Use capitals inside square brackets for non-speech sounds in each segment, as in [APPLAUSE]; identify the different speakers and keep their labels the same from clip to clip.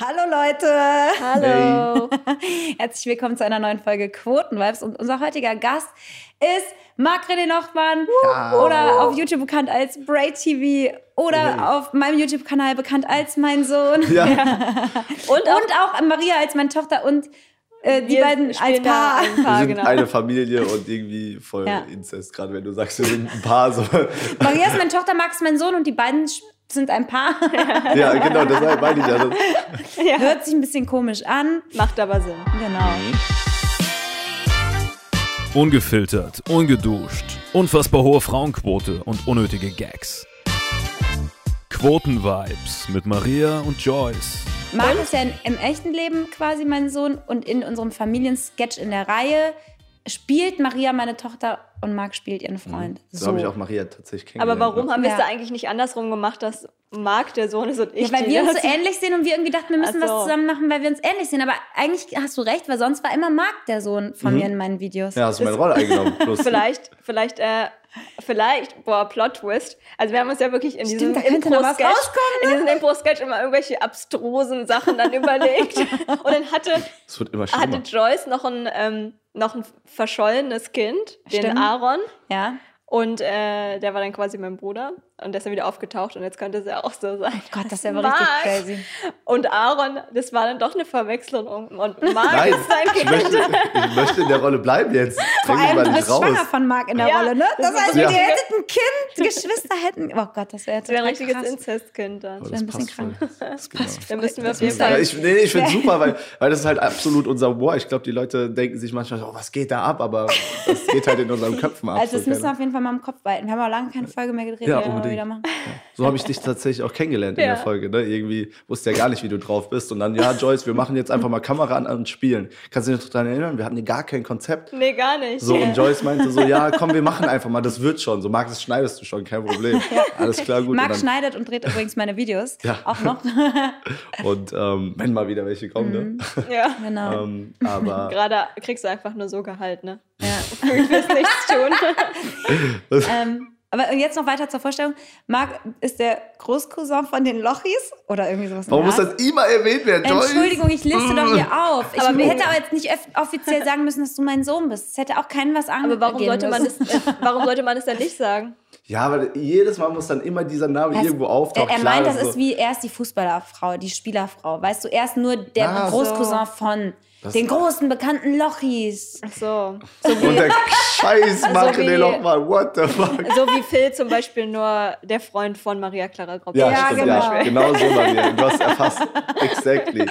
Speaker 1: Hallo Leute!
Speaker 2: Hallo!
Speaker 1: Hey. Herzlich willkommen zu einer neuen Folge Quotenvibes und unser heutiger Gast ist Marc René Nochmann
Speaker 2: Ja.
Speaker 1: oder auf YouTube bekannt als Braid TV oder
Speaker 2: Hey.
Speaker 1: auf meinem YouTube-Kanal bekannt als mein Sohn
Speaker 2: [LAUGHS] [LAUGHS] Ja.
Speaker 1: und, auch Maria als meine Tochter und äh, die
Speaker 3: Wir
Speaker 1: beiden als
Speaker 3: spielen da
Speaker 1: Paar.
Speaker 3: ein
Speaker 2: Wir
Speaker 3: Paar,
Speaker 2: sind
Speaker 3: genau.
Speaker 2: eine Familie und irgendwie voll
Speaker 1: Ja.
Speaker 2: Inzest, gerade wenn du sagst, wir sind ein Paar. So. [LAUGHS]
Speaker 1: Maria ist meine Tochter, Max ist mein Sohn und die beiden sch- sind ein Paar.
Speaker 3: [LAUGHS]
Speaker 2: Ja, genau, das meine ich ja. Das-
Speaker 3: Ja.
Speaker 1: Hört sich ein bisschen komisch an.
Speaker 3: Macht aber Sinn.
Speaker 1: Genau.
Speaker 4: Ungefiltert, ungeduscht, unfassbar hohe Frauenquote und unnötige Gags. Quotenvibes mit Maria und Joyce.
Speaker 1: Marc ist ja in, im echten Leben quasi mein Sohn und in unserem Familiensketch in der Reihe spielt Maria meine Tochter und Marc spielt ihren Freund.
Speaker 2: So habe ich auch Maria tatsächlich
Speaker 3: Aber
Speaker 2: kennengelernt. ne?
Speaker 3: warum haben wir es
Speaker 1: Ja.
Speaker 3: da eigentlich nicht andersrum gemacht, dass Marc der Sohn ist und ich
Speaker 1: Ja, weil
Speaker 3: die?
Speaker 1: wir uns
Speaker 3: Das-
Speaker 1: so ähnlich sehen und wir irgendwie dachten, wir müssen
Speaker 3: Ach so.
Speaker 1: was zusammen machen, weil wir uns ähnlich sehen. Aber eigentlich hast du recht, weil sonst war immer Marc der Sohn von mir in meinen Videos.
Speaker 2: Ja, hast du meine Rolle eingenommen. Bloß
Speaker 3: Vielleicht, vielleicht, äh, vielleicht, boah, Plot-Twist. Also wir haben uns ja wirklich in
Speaker 1: Stimmt,
Speaker 3: diesem
Speaker 1: da könnte noch was
Speaker 3: Impro-Sketch
Speaker 1: rauskommen, ne?
Speaker 3: in diesem Impro-Sketch immer irgendwelche abstrusen Sachen
Speaker 1: [LAUGHS]
Speaker 3: dann überlegt. Und dann hatte,
Speaker 2: es wird immer
Speaker 3: hatte
Speaker 2: schlimmer.
Speaker 3: Joyce noch ein, ähm, noch ein verschollenes Kind, den
Speaker 1: Stimmt.
Speaker 3: Aaron.
Speaker 1: Ja.
Speaker 3: Und äh, der war dann quasi mein Bruder. Und der ist dann wieder aufgetaucht. Und jetzt könnte es ja auch so sein.
Speaker 1: Oh Gott, das ist ja aber
Speaker 3: Marc.
Speaker 1: richtig crazy.
Speaker 3: Und Aaron, das war dann doch eine Verwechslung. Und Marc
Speaker 2: Nein,
Speaker 3: ist sein
Speaker 2: ich
Speaker 3: Kind.
Speaker 2: möchte, [LAUGHS] ich möchte in der Rolle bleiben jetzt.
Speaker 1: Vor
Speaker 2: Bring mich
Speaker 1: allem,
Speaker 2: mal
Speaker 1: du
Speaker 2: nicht
Speaker 1: bist schwanger von Marc in der
Speaker 3: Ja,
Speaker 1: Rolle, ne?
Speaker 3: das
Speaker 1: Das heißt,
Speaker 3: ist
Speaker 1: wir
Speaker 2: Ja.
Speaker 1: hättet ein Kind, Geschwister hätten. Oh Gott, das wäre jetzt
Speaker 3: Das wäre ein richtiges
Speaker 1: krass.
Speaker 3: Inzestkind dann.
Speaker 2: Aber
Speaker 1: ein bisschen
Speaker 2: Oh, voll. Das genau.
Speaker 3: [LAUGHS] Da müssen wir auf jeden
Speaker 2: Das aber
Speaker 3: Fall.
Speaker 2: ich, nee, nee, ich finde es super, weil, weil das ist halt absolut unser Humor. Ich glaube, die Leute denken sich manchmal, so, oh, was geht da ab? Aber das geht halt in unseren Köpfen ab.
Speaker 1: Also, das
Speaker 2: So,
Speaker 1: müssen wir
Speaker 2: keine-
Speaker 1: auf jeden Fall mal im Kopf behalten. Wir haben auch lange keine Folge mehr gedreht, die
Speaker 2: Ja,
Speaker 1: wir mal
Speaker 2: unbedingt.
Speaker 1: wieder machen.
Speaker 2: So habe ich dich tatsächlich auch kennengelernt in
Speaker 3: Ja.
Speaker 2: der Folge. Ne? Irgendwie wusste ja gar nicht, wie du drauf bist. Und dann, ja, Joyce, wir machen jetzt einfach mal Kamera an und spielen. Kannst du dich noch daran erinnern? Wir hatten ja gar kein Konzept.
Speaker 3: Nee, gar nicht.
Speaker 2: So, und Joyce meinte so, ja, komm,
Speaker 1: [LAUGHS]
Speaker 2: wir machen einfach mal, das wird schon. So, Marc, das schneidest du schon, kein Problem. Alles klar, gut.
Speaker 1: Marc
Speaker 2: Und, dann,
Speaker 1: schneidet und dreht übrigens meine Videos.
Speaker 2: Ja.
Speaker 1: [LAUGHS] Auch
Speaker 2: [LAUGHS]
Speaker 1: noch.
Speaker 2: und ähm, wenn mal wieder welche kommen,
Speaker 1: Mhm.
Speaker 2: ne?
Speaker 3: Ja.
Speaker 1: Genau.
Speaker 2: Ähm,
Speaker 1: [LAUGHS]
Speaker 2: aber
Speaker 3: Gerade kriegst du einfach nur so Gehalt, ne? [LAUGHS]
Speaker 1: Ja.
Speaker 3: Ich will nichts tun.
Speaker 1: Ähm, aber jetzt noch weiter zur Vorstellung. Marc ist der Großcousin von den Lochis oder irgendwie sowas. in
Speaker 2: warum
Speaker 1: der
Speaker 2: muss
Speaker 1: Art.
Speaker 2: das immer erwähnt werden, Joyce?
Speaker 1: Entschuldigung, ich liste doch
Speaker 2: [LAUGHS]
Speaker 1: hier auf. Ich
Speaker 3: Aber
Speaker 1: aber
Speaker 3: wir-
Speaker 1: hätte aber jetzt nicht öff- offiziell sagen müssen, dass du mein Sohn bist. Es hätte auch keinem was angehen
Speaker 3: Aber warum sollte, man
Speaker 1: müssen.
Speaker 3: das, äh, warum sollte man das denn nicht sagen?
Speaker 2: Ja, weil jedes Mal muss dann immer dieser Name
Speaker 1: Das-
Speaker 2: irgendwo auftauchen.
Speaker 1: Er, er
Speaker 2: Klar, also
Speaker 1: meint, das
Speaker 2: so-
Speaker 1: ist wie erst die Fußballerfrau, die Spielerfrau. Weißt du, erst nur der
Speaker 2: Ah,
Speaker 1: Großcousin
Speaker 3: so.
Speaker 1: von
Speaker 2: Das-
Speaker 1: den großen bekannten Lochis.
Speaker 3: Ach so.
Speaker 2: Und
Speaker 1: [LAUGHS]
Speaker 2: der Scheiß macht
Speaker 3: wie-
Speaker 2: den noch mal. What the fuck?
Speaker 3: So wie Phil zum Beispiel nur der Freund von Maria Clara Gropp.
Speaker 2: Ja,
Speaker 1: Ja,
Speaker 2: stimmt,
Speaker 1: genau. [LAUGHS]
Speaker 2: ja. Genau so bei mir. Du hast erfasst. Exactly.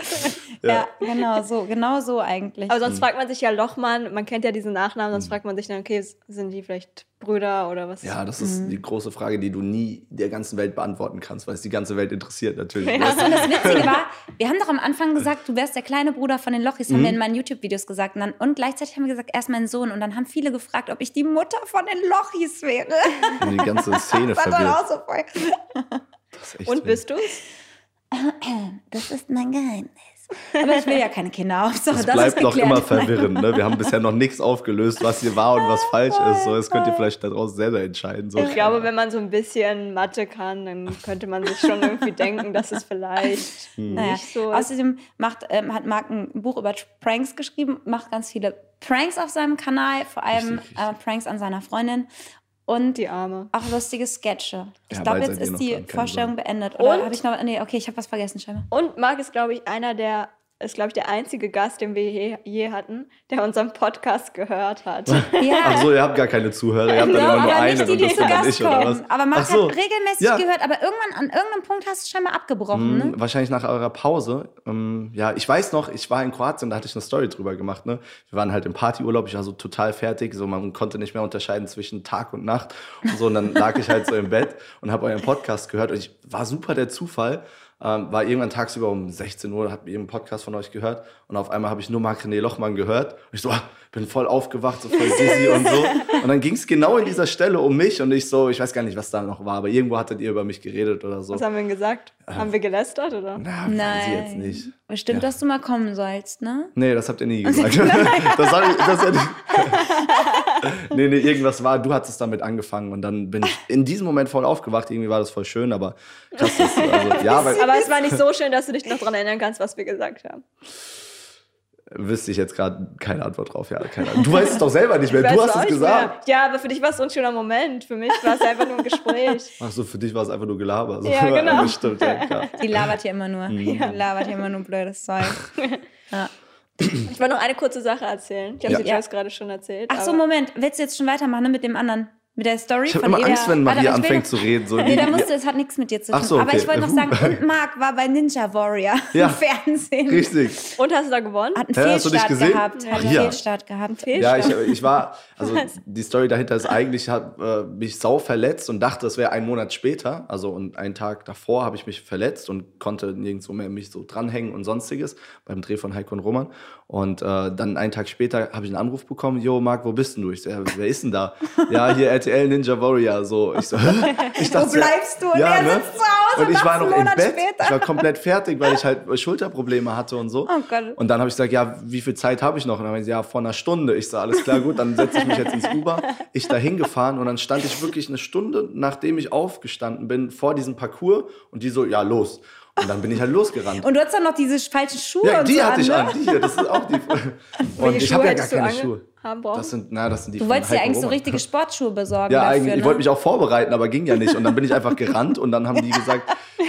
Speaker 2: Ja.
Speaker 1: Ja, genau so, genau so eigentlich.
Speaker 3: Aber
Speaker 2: Hm.
Speaker 3: sonst fragt man sich ja Lochmann, man kennt ja diesen Nachnamen, sonst fragt man sich dann, okay, sind die vielleicht Brüder oder was?
Speaker 2: Ja, das
Speaker 1: Mhm.
Speaker 2: ist die große Frage, die du nie der ganzen Welt beantworten kannst, weil es die ganze Welt interessiert natürlich.
Speaker 3: Ja.
Speaker 2: Weißt du?
Speaker 1: Und das Witzige war, wir haben doch am Anfang gesagt, du wärst der kleine Bruder von den Lochis,
Speaker 2: Mhm.
Speaker 1: haben wir in meinen YouTube-Videos gesagt. Und, dann, und gleichzeitig haben wir gesagt, er ist mein Sohn. Und dann haben viele gefragt, ob ich die Mutter von den Lochis wäre.
Speaker 2: Und Die ganze Szene
Speaker 1: Das war dann
Speaker 2: verwirrt.
Speaker 1: auch so voll.
Speaker 2: Das ist echt
Speaker 3: Und
Speaker 2: wild.
Speaker 3: bist du's?
Speaker 1: Ähm, Das ist mein Geheimnis. Aber ich will ja keine Kinder auf. So,
Speaker 2: das,
Speaker 1: das,
Speaker 2: bleibt
Speaker 1: ist
Speaker 2: noch
Speaker 1: geklärt.
Speaker 2: immer verwirrend. Ne? Wir haben bisher noch nichts aufgelöst, was hier war und was
Speaker 1: Ah,
Speaker 2: falsch ist. So, das könnt ihr vielleicht da draußen selber entscheiden. So.
Speaker 3: Ich glaube, wenn man so ein bisschen Mathe kann, dann könnte man sich
Speaker 2: [LAUGHS]
Speaker 3: schon irgendwie denken, dass es vielleicht
Speaker 2: Hm.
Speaker 1: Naja.
Speaker 3: nicht so ist.
Speaker 1: Außerdem macht, ähm, hat Marc ein Buch über Pranks geschrieben, macht ganz viele Pranks auf seinem Kanal, vor allem
Speaker 2: Richtig,
Speaker 1: äh,
Speaker 2: richtig.
Speaker 1: Pranks an seiner Freundin. Und
Speaker 3: Die Arme.
Speaker 1: auch lustige Sketche. Ich
Speaker 2: Ja,
Speaker 1: glaube,
Speaker 2: bald
Speaker 1: jetzt
Speaker 2: seid ihr
Speaker 1: ist
Speaker 2: noch
Speaker 1: die
Speaker 2: dran, keine
Speaker 1: Vorstellung
Speaker 2: Sorge.
Speaker 1: beendet. Oder
Speaker 3: Und?
Speaker 1: habe ich noch. Nee, okay, ich habe was vergessen, scheinbar.
Speaker 2: [LAUGHS]
Speaker 3: Und Marc ist, glaube ich, einer der, ist, glaube ich, der einzige Gast, den wir je, je hatten, der unseren Podcast
Speaker 2: [LAUGHS]
Speaker 3: gehört hat.
Speaker 1: Ja.
Speaker 2: Ach so, ihr habt gar keine Zuhörer, ihr habt dann
Speaker 1: Genau,
Speaker 2: immer Also, nur
Speaker 1: aber
Speaker 2: einen
Speaker 1: nicht die,
Speaker 2: und
Speaker 1: die
Speaker 2: das
Speaker 1: zu
Speaker 2: bin dann
Speaker 1: Gast
Speaker 2: ich oder was?
Speaker 1: kommen. Aber Marc
Speaker 2: Ach so.
Speaker 1: hat regelmäßig
Speaker 2: Ja.
Speaker 1: gehört, aber irgendwann an irgendeinem Punkt hast du scheinbar abgebrochen,
Speaker 2: Mhm,
Speaker 1: ne?
Speaker 2: Wahrscheinlich nach eurer Pause. Ähm, ja, ich weiß noch, ich war in Kroatien, da hatte ich eine Story drüber gemacht. Ne? Wir waren halt im Partyurlaub, ich war so total fertig, so man konnte nicht mehr unterscheiden zwischen Tag und Nacht und so. Und dann lag ich halt so im Bett und habe euren Podcast gehört und ich war super der Zufall. Ähm, war irgendwann tagsüber um 16 Uhr, habe einen Podcast von euch gehört und auf einmal habe ich nur Marc-René Lochmann gehört. Und ich so, ah, bin voll aufgewacht, so voll dizzy und so. Und dann ging es genau in dieser Stelle um mich und ich so, ich weiß gar nicht, was da noch war, aber irgendwo hattet ihr über mich geredet oder so.
Speaker 3: Was haben wir denn gesagt? Haben wir gelästert, oder?
Speaker 2: Na, haben
Speaker 1: ne? Nein.
Speaker 2: sie Hm, jetzt nicht.
Speaker 1: Bestimmt, dass du mal kommen sollst, ne?
Speaker 2: Nee, das habt
Speaker 1: [LAUGHS]
Speaker 2: ihr nie gesagt. [LAUGHS] das hab ich, das hab ich, [LAUGHS] nee, nee, irgendwas war, du hattest damit angefangen und dann bin ich in diesem Moment voll aufgewacht. Irgendwie war das voll schön, aber krass
Speaker 1: [LAUGHS]
Speaker 2: ist, also, ja, weil,
Speaker 3: Aber es war nicht so schön, dass du dich noch daran erinnern kannst, was wir gesagt haben.
Speaker 2: wüsste ich jetzt gerade keine Antwort drauf. Ja, keine Ahnung. Du weißt es doch selber
Speaker 1: [LAUGHS]
Speaker 2: nicht mehr, du
Speaker 3: Weißt
Speaker 2: hast
Speaker 3: auch
Speaker 2: es
Speaker 3: nicht
Speaker 2: gesagt.
Speaker 3: Mehr. Ja, aber für dich war es so ein schöner Moment. Für mich war es einfach nur
Speaker 2: [LAUGHS]
Speaker 3: ein Gespräch.
Speaker 2: Ach so, für dich war es einfach nur Gelaber. So,
Speaker 3: Ja, genau.
Speaker 2: Das stimmt, [LAUGHS] ja,
Speaker 1: [LAUGHS]
Speaker 2: klar.
Speaker 1: Die labert hier immer
Speaker 2: Mhm.
Speaker 1: nur. Die labert hier immer nur blödes Zeug.
Speaker 2: [LAUGHS]
Speaker 1: Ja.
Speaker 3: Ich wollte noch eine kurze Sache erzählen. Ich habe
Speaker 2: Ja.
Speaker 3: sie Jess gerade schon erzählt.
Speaker 1: Ach so,
Speaker 3: aber-
Speaker 1: Moment. Willst du jetzt schon weitermachen ne, mit dem anderen? Mit der Story
Speaker 2: Ich habe
Speaker 1: von
Speaker 2: immer
Speaker 1: ihr?
Speaker 2: Angst, wenn
Speaker 1: Warte,
Speaker 2: Maria
Speaker 1: aber ich will
Speaker 2: anfängt
Speaker 1: noch-
Speaker 2: zu reden.
Speaker 1: [LAUGHS]
Speaker 2: So,
Speaker 1: Nee,
Speaker 2: die-
Speaker 1: da musste,
Speaker 2: die-
Speaker 1: das hat nichts mit dir zu tun.
Speaker 2: Ach so,
Speaker 1: Aber ich
Speaker 2: okay.
Speaker 1: wollte
Speaker 2: [LAUGHS]
Speaker 1: noch sagen, und Marc war bei Ninja Warrior
Speaker 2: Ja.
Speaker 1: im Fernsehen.
Speaker 2: richtig.
Speaker 3: Und hast du da gewonnen?
Speaker 1: Hat einen
Speaker 2: Hä, hast du dich
Speaker 1: Fehlstart
Speaker 2: gesehen?
Speaker 1: gehabt.
Speaker 2: Ach,
Speaker 1: Hat einen
Speaker 2: ja.
Speaker 1: Fehlstart gehabt.
Speaker 3: Fehlstart.
Speaker 2: Ja, ich, ich war,
Speaker 1: [LAUGHS]
Speaker 2: also die Story dahinter ist eigentlich, ich habe äh, mich sau verletzt und dachte, das wäre ein Monat später. Also und einen Tag davor habe ich mich verletzt und konnte nirgendwo mehr mich so dranhängen und sonstiges beim Dreh von Heiko und Roman. Und äh, dann einen Tag später habe ich einen Anruf bekommen, Jo, Marc, wo bist denn du? Ich so, ja, wer ist
Speaker 1: [LAUGHS]
Speaker 2: denn da? Ja, hier RTL Ninja Warrior. So, ich so, hä? ich dachte, ne?
Speaker 1: Wo bleibst du? Und er sitzt zu Hause
Speaker 2: Und
Speaker 1: und macht's
Speaker 2: ich war noch
Speaker 1: einen
Speaker 2: im
Speaker 1: Monat
Speaker 2: Bett.
Speaker 1: später.
Speaker 2: Ich war komplett fertig, weil ich halt Schulterprobleme hatte und so.
Speaker 1: Oh Gott.
Speaker 2: Und dann habe ich gesagt, ja, wie viel Zeit habe ich noch? Und dann meinte sie, ja, vor einer Stunde. Ich so, alles klar, gut, dann setze ich mich jetzt ins Uber. Ich da hingefahren und dann stand ich wirklich eine Stunde, nachdem ich aufgestanden bin, vor diesem Parcours und die so, ja, los. Und dann bin ich halt losgerannt.
Speaker 1: Und du hattest dann noch diese falschen Schuhe
Speaker 2: ja,
Speaker 1: und
Speaker 2: die
Speaker 1: so
Speaker 2: hatte ich
Speaker 1: ne?
Speaker 2: an, die hier, das ist auch die. Und
Speaker 3: Welche
Speaker 2: ich habe ja gar
Speaker 3: Schuhe hättest du
Speaker 2: keine
Speaker 3: ange-
Speaker 2: Schuhe.
Speaker 3: haben brauchen?
Speaker 2: Das sind, na, das sind die
Speaker 1: Du
Speaker 2: von
Speaker 1: wolltest ja
Speaker 2: Heiko
Speaker 1: eigentlich so
Speaker 2: Roman.
Speaker 1: richtige Sportschuhe besorgen
Speaker 2: Ja,
Speaker 1: dafür,
Speaker 2: eigentlich.
Speaker 1: ne?
Speaker 2: Ich wollte mich auch vorbereiten, aber ging ja nicht. Und dann bin ich
Speaker 1: [LAUGHS]
Speaker 2: einfach gerannt und dann haben die gesagt,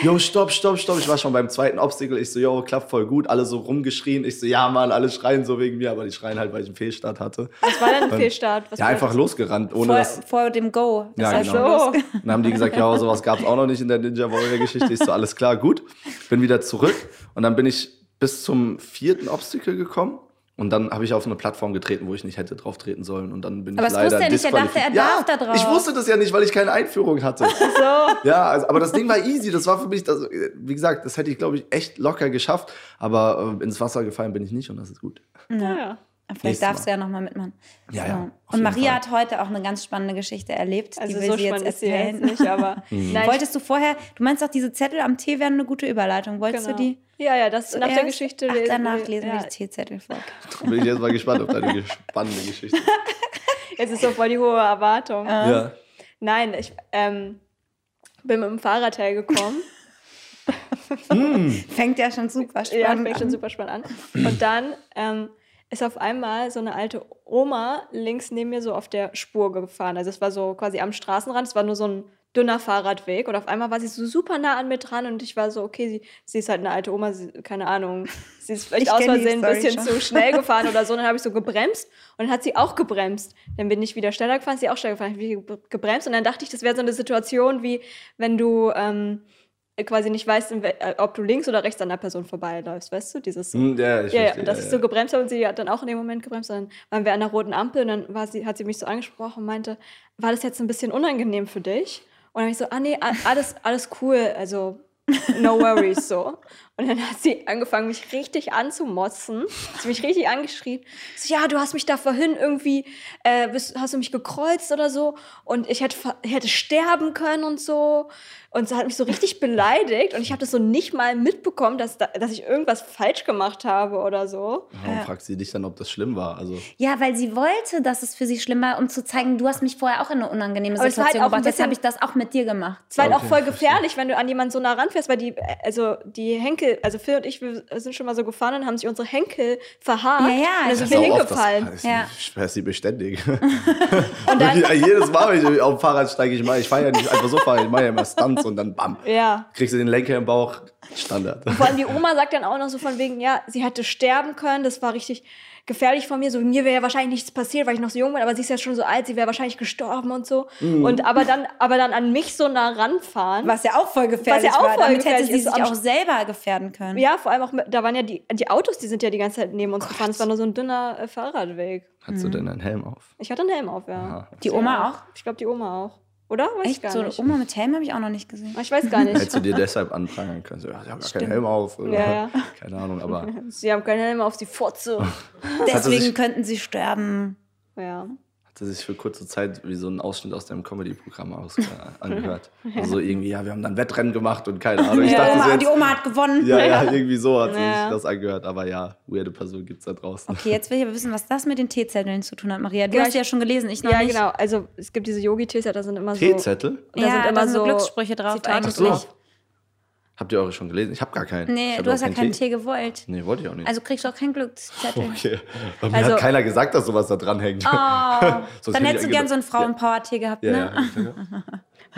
Speaker 2: jo, stopp, stopp, stopp. Ich war schon beim zweiten Obstacle. Ich so, jo, klappt voll gut. Alle so rumgeschrien. Ich so, ja, Mann, alle schreien so wegen mir, aber die schreien halt, weil ich einen Fehlstart hatte.
Speaker 3: Was war denn ein Fehlstart? Was
Speaker 2: Ja,
Speaker 3: war-
Speaker 2: einfach losgerannt, ohne
Speaker 1: vor,
Speaker 2: dass.
Speaker 1: vor dem Go.
Speaker 2: Ja,
Speaker 1: Das war
Speaker 2: genau.
Speaker 1: schon
Speaker 3: So.
Speaker 1: los.
Speaker 2: Dann haben die gesagt, ja, sowas gab es auch noch nicht in der Ninja Warrior-Geschichte. Ich so, alles klar, gut. Bin wieder zurück und dann bin ich bis zum vierten Obstacle gekommen. Und dann habe ich auf eine Plattform getreten, wo ich nicht hätte drauf treten sollen. Und dann bin
Speaker 1: Aber
Speaker 2: ich
Speaker 1: das
Speaker 2: leider
Speaker 1: wusste er nicht. Er dachte, er
Speaker 2: disqualifiziert.
Speaker 1: darf
Speaker 2: ja,
Speaker 1: da drauf.
Speaker 2: Ich wusste das ja nicht, weil ich keine Einführung hatte.
Speaker 3: So.
Speaker 2: Ja, also, aber das Ding war easy. Das war für mich, das, wie gesagt, das hätte ich, glaube ich, echt locker geschafft. Aber äh, ins Wasser gefallen bin ich nicht und das ist gut.
Speaker 3: Ja.
Speaker 1: Vielleicht
Speaker 2: Nächstes
Speaker 1: darfst du ja nochmal mitmachen.
Speaker 2: Ja,
Speaker 1: So.
Speaker 2: ja, auf
Speaker 1: Und
Speaker 2: jeden
Speaker 1: Maria
Speaker 2: Fall.
Speaker 1: hat heute auch eine ganz spannende Geschichte erlebt,
Speaker 3: Also
Speaker 1: die will
Speaker 3: so
Speaker 1: sie jetzt
Speaker 3: spannend ist sie jetzt
Speaker 1: erzählen. Mhm.
Speaker 3: nicht,
Speaker 1: [LAUGHS]
Speaker 3: aber nein,
Speaker 1: Wolltest du vorher, du meinst doch, diese Zettel am Tee wären eine gute Überleitung.
Speaker 3: ich-
Speaker 1: Wolltest du die?
Speaker 3: genau. Ja, ja, das nach der
Speaker 1: zuerst?
Speaker 3: Geschichte
Speaker 1: Ach,
Speaker 3: lesen.
Speaker 1: danach
Speaker 3: wir-
Speaker 1: lesen wir
Speaker 3: ja.
Speaker 1: die Teezettel vor.
Speaker 2: Bin ich jetzt mal gespannt auf deine ges- spannende Geschichte.
Speaker 3: Jetzt ist so voll die hohe Erwartung.
Speaker 2: Ja.
Speaker 3: Nein, ich ähm, bin mit dem Fahrrad hergekommen.
Speaker 1: Fängt ja schon super spannend
Speaker 3: ja, fängt schon
Speaker 1: an.
Speaker 3: super spannend an. Und dann ähm, ist auf einmal so eine alte Oma links neben mir so auf der Spur gefahren. Also es war so quasi am Straßenrand, es war nur so ein dünner Fahrradweg und auf einmal war sie so super nah an mir dran und ich war so, okay, sie, sie ist halt eine alte Oma, sie, keine Ahnung, sie ist vielleicht
Speaker 1: Ich
Speaker 3: aus
Speaker 1: kenn die
Speaker 3: Versehen
Speaker 1: Story
Speaker 3: ein bisschen
Speaker 1: schon. [LAUGHS]
Speaker 3: zu schnell gefahren oder so. Und dann habe ich so gebremst und dann hat sie auch gebremst. Dann bin ich wieder schneller gefahren, ist sie auch schneller gefahren, ich bin ge- gebremst und dann dachte ich, das wäre so eine Situation wie, wenn du... Ähm, quasi nicht weißt, in wel- äh, ob du links oder rechts an der Person vorbeiläufst, weißt du? Dieses so.
Speaker 2: Hm, ja, ich
Speaker 3: Ja, ja,
Speaker 2: verstehe,
Speaker 3: dass ich
Speaker 2: ja,
Speaker 3: so
Speaker 2: ja.
Speaker 3: gebremst habe und sie hat dann auch in dem Moment gebremst. Dann waren wir an der roten Ampel und dann war sie, hat sie mich so angesprochen und meinte, war das jetzt ein bisschen unangenehm für dich? Und dann habe ich so, ah nee, a- alles, alles cool, also no worries so. Und dann hat sie angefangen, mich richtig anzumotzen. Hat sie mich richtig angeschrien. So, ja, du hast mich da vorhin irgendwie, äh, bist, hast du mich gekreuzt oder so. Und ich hätte, ver- hätte sterben können und so. Und sie hat mich so richtig beleidigt. Und ich habe das so nicht mal mitbekommen, dass, da, dass ich irgendwas falsch gemacht habe oder so.
Speaker 2: Warum fragt sie dich dann, ob das schlimm war? Also,
Speaker 1: Ja, weil sie wollte, dass es für sie schlimm war, um zu zeigen, du hast mich vorher auch in eine unangenehme
Speaker 3: Aber es war
Speaker 1: Situation
Speaker 3: halt auch ein
Speaker 1: gebracht. Jetzt
Speaker 3: bisschen-
Speaker 1: habe ich das auch mit dir gemacht.
Speaker 3: Es war halt auch
Speaker 2: Okay,
Speaker 3: voll gefährlich, wenn du an jemanden so nah ranfährst, weil die, äh, also die Henkel, also Phil und ich, wir sind schon mal so gefahren und haben sich unsere Henkel verhakt.
Speaker 1: Ja, ja,
Speaker 3: und dann
Speaker 1: ich weiß
Speaker 3: sind wir
Speaker 2: Sau auf,
Speaker 3: hingefallen.
Speaker 2: Das,
Speaker 1: Ja.
Speaker 2: ja. Ich weiß sie beständig. [LAUGHS]
Speaker 3: Und
Speaker 1: [LAUGHS]
Speaker 3: dann,
Speaker 2: Wirklich, jedes Mal, wenn ich auf dem Fahrrad steige, ich mal, ich fahre ja nicht einfach so fahren, ich mache ja immer Stunts und dann bam.
Speaker 3: ja.
Speaker 2: Kriegst du den Lenker im Bauch. Standard.
Speaker 3: Vor allem die Oma sagt dann auch noch so von wegen, ja, sie hätte sterben können, das war richtig gefährlich von mir. So, mir wäre ja wahrscheinlich nichts passiert, weil ich noch so jung bin, aber sie ist ja schon so alt, sie wäre wahrscheinlich gestorben und so. Und aber dann, aber dann an mich so nah ranfahren.
Speaker 1: Was ja auch voll gefährlich
Speaker 3: Was ja auch
Speaker 1: war.
Speaker 3: voll
Speaker 1: Damit hätte
Speaker 3: gefährlich
Speaker 1: sie
Speaker 3: ist,
Speaker 1: sich
Speaker 3: am-
Speaker 1: auch selber gefährden können.
Speaker 3: Ja, vor allem auch, mit- da waren ja die, die Autos, die sind ja die ganze Zeit neben uns gefahren. Es war nur so ein dünner äh, Fahrradweg.
Speaker 2: Hattest du denn einen Helm auf?
Speaker 3: Ich hatte einen Helm auf, ja.
Speaker 2: Aha.
Speaker 1: Die Oma auch?
Speaker 3: Ich glaube, die Oma auch. Oder? Weiß ich
Speaker 1: Echt?
Speaker 3: gar
Speaker 1: So eine
Speaker 3: nicht. Ah,
Speaker 1: Oma mit Helm habe ich auch noch nicht gesehen.
Speaker 3: Ich weiß gar nicht.
Speaker 2: Hättest du dir deshalb anprangern können. So, ja, ich habe gar keinen Helm auf. Oder,
Speaker 3: Ja, ja.
Speaker 2: Keine Ahnung, aber
Speaker 3: [LAUGHS]
Speaker 2: Oh.
Speaker 3: Sie haben keinen Helm auf, die Fotze.
Speaker 2: hatte
Speaker 1: Deswegen
Speaker 2: sich-
Speaker 1: könnten sie sterben.
Speaker 3: ja.
Speaker 2: hat dass ich für kurze Zeit wie so ein Ausschnitt aus deinem Comedy-Programm aus, äh,
Speaker 1: [LAUGHS]
Speaker 2: angehört. Also irgendwie, ja, wir haben dann Wettrennen gemacht und keine Ahnung. Ich
Speaker 1: Die
Speaker 2: dachte so
Speaker 1: Oma, die
Speaker 2: jetzt,
Speaker 1: Oma hat gewonnen.
Speaker 2: ja, ja, irgendwie so hat sich
Speaker 3: Ja.
Speaker 2: das angehört. Aber ja, weirde Person gibt's da draußen.
Speaker 1: Okay, jetzt will ich aber wissen, was das mit den Teezetteln zu tun hat, Maria. Du
Speaker 3: Genau,
Speaker 1: hast die ja schon gelesen, ich noch
Speaker 3: Ja,
Speaker 1: nicht.
Speaker 3: genau. Also es gibt diese Yogi-Tees, ja, da sind immer so.
Speaker 2: Teezettel?
Speaker 3: Da sind immer so
Speaker 1: Glückssprüche drauf.
Speaker 3: Zitate
Speaker 1: eigentlich.
Speaker 2: drin. Ach so. Habt ihr eure schon gelesen? Ich habe gar keinen. Ich
Speaker 1: Nee,
Speaker 2: hab
Speaker 1: du hast ja
Speaker 2: überhaupt
Speaker 1: keinen Tee gewollt.
Speaker 2: Nee, wollte ich auch nicht.
Speaker 1: Also kriegst du auch keinen Glückszettel.
Speaker 2: [LAUGHS] okay. Aber mir
Speaker 3: Also-
Speaker 2: hat keiner gesagt, dass sowas da dranhängt. [LAUGHS] Sonst
Speaker 1: Oh. Dann
Speaker 2: hätte ich
Speaker 1: hättest du gern so einen
Speaker 2: angenommen.
Speaker 1: Frauenpower-Tee gehabt,
Speaker 2: Ja,
Speaker 1: ne?
Speaker 2: ja, ja.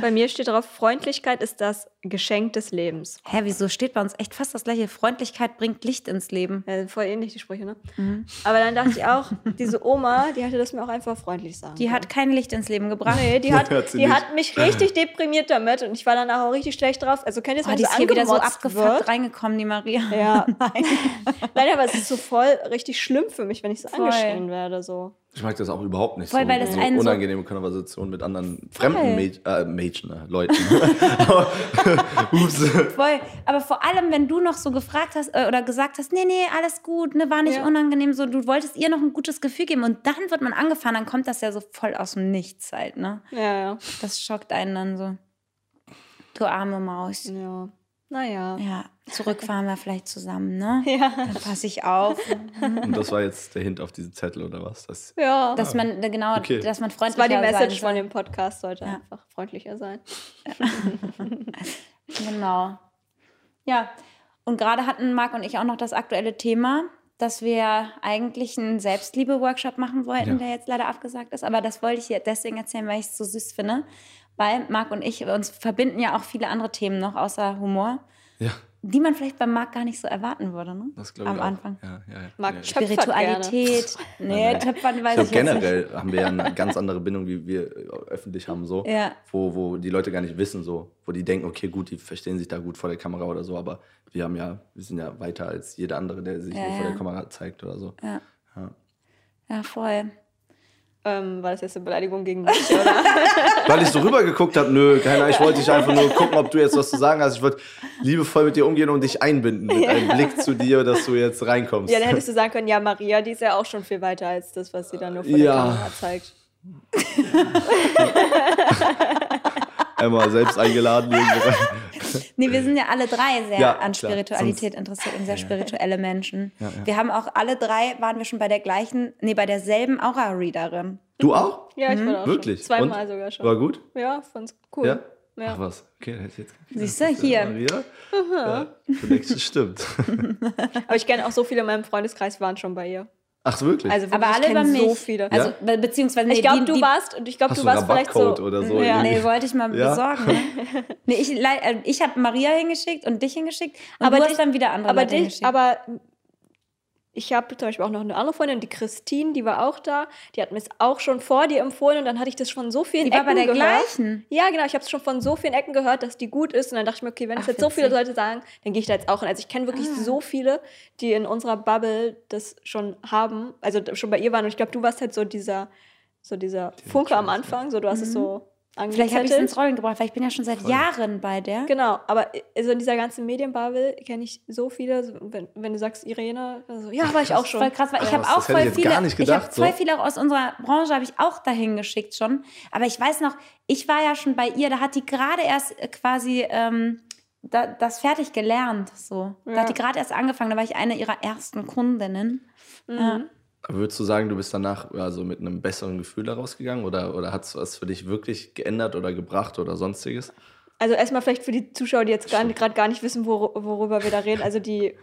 Speaker 3: Bei mir steht drauf, Freundlichkeit ist das Geschenk des Lebens.
Speaker 1: Hä, wieso steht bei uns echt fast das gleiche? Freundlichkeit bringt Licht ins Leben.
Speaker 3: Ja, voll ähnlich die Sprüche, ne?
Speaker 1: Mhm.
Speaker 3: Aber dann dachte ich auch, diese Oma, die hätte das mir auch einfach freundlich sagen.
Speaker 1: Die hat kein Licht ins Leben gebracht.
Speaker 3: Nee, die
Speaker 2: Hört
Speaker 3: hat,
Speaker 2: sie
Speaker 3: die
Speaker 2: nicht.
Speaker 3: hat mich richtig deprimiert damit und ich war danach auch richtig schlecht drauf. Also kennt ihr
Speaker 1: Oh,
Speaker 3: das, wenn
Speaker 1: die
Speaker 3: so
Speaker 1: ist hier wieder so
Speaker 3: angemotzt
Speaker 1: abgefuckt
Speaker 3: wird?
Speaker 1: reingekommen, die Maria.
Speaker 3: Ja.
Speaker 1: Nein.
Speaker 3: [LAUGHS] Nein, aber es ist so voll richtig schlimm für mich, wenn ich so
Speaker 1: Voll.
Speaker 3: angeschrien werde. So.
Speaker 2: Ich mag das auch überhaupt nicht.
Speaker 1: Voll,
Speaker 2: so,
Speaker 1: weil das
Speaker 2: so
Speaker 1: einen so-
Speaker 2: unangenehme Konversationen mit anderen fremden
Speaker 1: Voll.
Speaker 2: Mäd äh, Mädchen, äh, Leuten. [LAUGHS] Ups.
Speaker 1: Voll. Aber vor allem, wenn du noch so gefragt hast äh, oder gesagt hast, nee, nee, alles gut, ne, war nicht
Speaker 3: Ja.
Speaker 1: unangenehm, so, du wolltest ihr noch ein gutes Gefühl geben und dann wird man angefahren, dann kommt das ja so voll aus dem Nichts halt, ne?
Speaker 3: Ja, ja.
Speaker 1: Das schockt einen dann so. Du arme Maus.
Speaker 3: ja. Naja.
Speaker 1: Ja, zurückfahren wir vielleicht zusammen, ne?
Speaker 3: [LAUGHS] Ja.
Speaker 1: Dann passe ich auf,
Speaker 3: [LAUGHS]
Speaker 2: Und das war jetzt der Hint auf diesen Zettel oder was? Das,
Speaker 3: Ja. Das,
Speaker 1: dass man genau,
Speaker 2: Okay.
Speaker 1: dass man freundlicher
Speaker 3: war die
Speaker 1: sein
Speaker 3: Message
Speaker 1: soll.
Speaker 3: von dem Podcast, sollte
Speaker 1: Ja.
Speaker 3: einfach freundlicher sein.
Speaker 1: Genau. Ja, und gerade hatten Marc und ich auch noch das aktuelle Thema, dass wir eigentlich einen Selbstliebe-Workshop machen wollten,
Speaker 2: Ja.
Speaker 1: der jetzt leider abgesagt ist. Aber das wollte ich hier deswegen erzählen, weil ich es so süß finde. Weil Marc und ich, uns verbinden ja auch viele andere Themen noch, außer Humor,
Speaker 2: ja,
Speaker 1: die man vielleicht beim Marc gar nicht so erwarten würde, ne?
Speaker 2: das glaube ich
Speaker 1: Am
Speaker 2: auch.
Speaker 1: Anfang.
Speaker 2: Ja, ja, ja.
Speaker 3: Mag
Speaker 2: ja. Ich
Speaker 3: Töpfert
Speaker 1: Spiritualität. Nee,
Speaker 2: Nein, nein.
Speaker 1: Töpfern weiß ich,
Speaker 2: glaube,
Speaker 1: jetzt
Speaker 2: generell haben wir ja eine ganz andere Bindung, wie wir äh, öffentlich haben, so.
Speaker 1: nicht. Ja.
Speaker 2: Wo, wo die Leute gar nicht wissen, so. Wo die denken, okay, gut, die verstehen sich da gut vor der Kamera oder so, aber wir haben ja, wir sind ja weiter als jeder andere, der sich
Speaker 1: Ja,
Speaker 2: nur vor
Speaker 1: ja.
Speaker 2: der Kamera zeigt oder so.
Speaker 1: Ja.
Speaker 2: Ja.
Speaker 1: ja, voll.
Speaker 3: Ähm, war das jetzt eine Beleidigung gegen mich, [LAUGHS] oder?
Speaker 2: Weil ich so rübergeguckt habe, nö, keiner, ich wollte dich einfach nur gucken, ob du jetzt was zu sagen hast. Ich wollte liebevoll mit dir umgehen und dich einbinden mit einem Blick zu dir, dass du jetzt reinkommst.
Speaker 3: ja, dann hättest du sagen können, ja, Maria, die ist ja auch schon viel weiter als das, was sie dann nur vor
Speaker 2: Ja.
Speaker 3: der Kamera zeigt.
Speaker 2: Einmal selbst eingeladen. irgendwo rein.
Speaker 1: Nee, wir sind ja alle drei sehr
Speaker 2: Ja,
Speaker 1: an
Speaker 2: klar.
Speaker 1: Spiritualität interessiert und sehr spirituelle Menschen.
Speaker 2: Ja, ja.
Speaker 1: Wir haben auch alle drei, waren wir schon bei der gleichen, nee, bei derselben Aura-Readerin.
Speaker 2: Du auch?
Speaker 3: Ja, ich war da auch
Speaker 2: Wirklich?
Speaker 3: schon. Zweimal
Speaker 2: Und?
Speaker 3: sogar schon.
Speaker 2: War gut?
Speaker 3: Ja, fand's cool.
Speaker 2: Ja?
Speaker 3: Ja.
Speaker 2: Ach was, okay, das ist jetzt
Speaker 1: Siehst du, hier.
Speaker 2: Maria? Ja, du denkst, das stimmt.
Speaker 3: Aber ich kenne auch so viele in meinem Freundeskreis waren schon bei ihr.
Speaker 2: Ach, wirklich?
Speaker 3: Also wirklich,
Speaker 1: Aber alle
Speaker 3: ich
Speaker 1: über
Speaker 3: kenne
Speaker 1: mich.
Speaker 3: so viele.
Speaker 1: Also,
Speaker 2: Ja?
Speaker 1: be- beziehungsweise, nee,
Speaker 3: ich glaube,
Speaker 1: die-
Speaker 3: du
Speaker 1: die-
Speaker 3: warst und ich glaube,
Speaker 2: Hast
Speaker 3: du
Speaker 2: du einen
Speaker 3: warst vielleicht so.
Speaker 2: Rabattcode oder so
Speaker 3: Ja.
Speaker 1: Nee,
Speaker 2: irgendwie?
Speaker 1: wollte ich mal
Speaker 2: Oh, Ja?
Speaker 1: besorgen. Ne?
Speaker 2: [LAUGHS]
Speaker 1: Nee, ich, lei- äh, ich habe Maria hingeschickt und dich hingeschickt. Und
Speaker 3: Aber
Speaker 1: aber du
Speaker 3: dich-
Speaker 1: hast dann wieder andere
Speaker 3: aber
Speaker 1: Leute
Speaker 3: dich,
Speaker 1: hingeschickt.
Speaker 3: aber ich habe zum Beispiel auch noch eine andere Freundin, die Christine, die war auch da. Die hat mir es auch schon vor dir empfohlen und dann hatte ich das von so vielen
Speaker 1: die war
Speaker 3: Ecken
Speaker 1: bei der
Speaker 3: gehört.
Speaker 1: gleichen.
Speaker 3: Ja, genau. Ich habe es schon von so vielen Ecken gehört, dass die gut ist. Und dann dachte ich mir, okay, wenn es
Speaker 1: Ach,
Speaker 3: jetzt so viele
Speaker 1: witzig. Ah.
Speaker 3: Leute sagen, dann gehe ich da jetzt auch hin. Also ich kenne wirklich so viele, die in unserer Bubble das schon haben, also d- schon bei ihr waren. Und ich glaube, du warst halt so dieser, so dieser Funke am
Speaker 2: Entscheidung, ja.
Speaker 3: Anfang. So, du hast es so
Speaker 1: ne? Mhm. Vielleicht habe ich es
Speaker 3: angezettelt.
Speaker 1: ins Rollen gebracht, weil ich bin ja schon seit
Speaker 2: Voll.
Speaker 1: Jahren bei der.
Speaker 3: Genau, aber i- also in dieser ganzen Medienbubble kenne ich so viele, so wenn, wenn du sagst Irene, also, ja, war ich auch schon.
Speaker 1: Voll krass, weil ich habe
Speaker 2: Krass,
Speaker 1: auch
Speaker 2: das hätte ich
Speaker 1: voll
Speaker 2: jetzt
Speaker 1: viele,
Speaker 2: gar nicht gedacht,
Speaker 1: ich habe voll
Speaker 2: so.
Speaker 1: viele auch aus unserer Branche habe ich auch dahin geschickt schon. Aber ich weiß noch, ich war ja schon bei ihr, da hat die gerade erst äh, quasi ähm, da, das fertig gelernt, so. Da
Speaker 3: Ja.
Speaker 1: hat die gerade erst angefangen, da war ich eine ihrer ersten Kundinnen. Ja.
Speaker 2: Aber Würdest du sagen, du bist danach also mit einem besseren Gefühl da rausgegangen oder, oder hat es was für dich wirklich geändert oder gebracht oder sonstiges?
Speaker 3: Also erstmal vielleicht für die Zuschauer, die jetzt gerade gar nicht wissen, wor worüber wir da reden. Also die,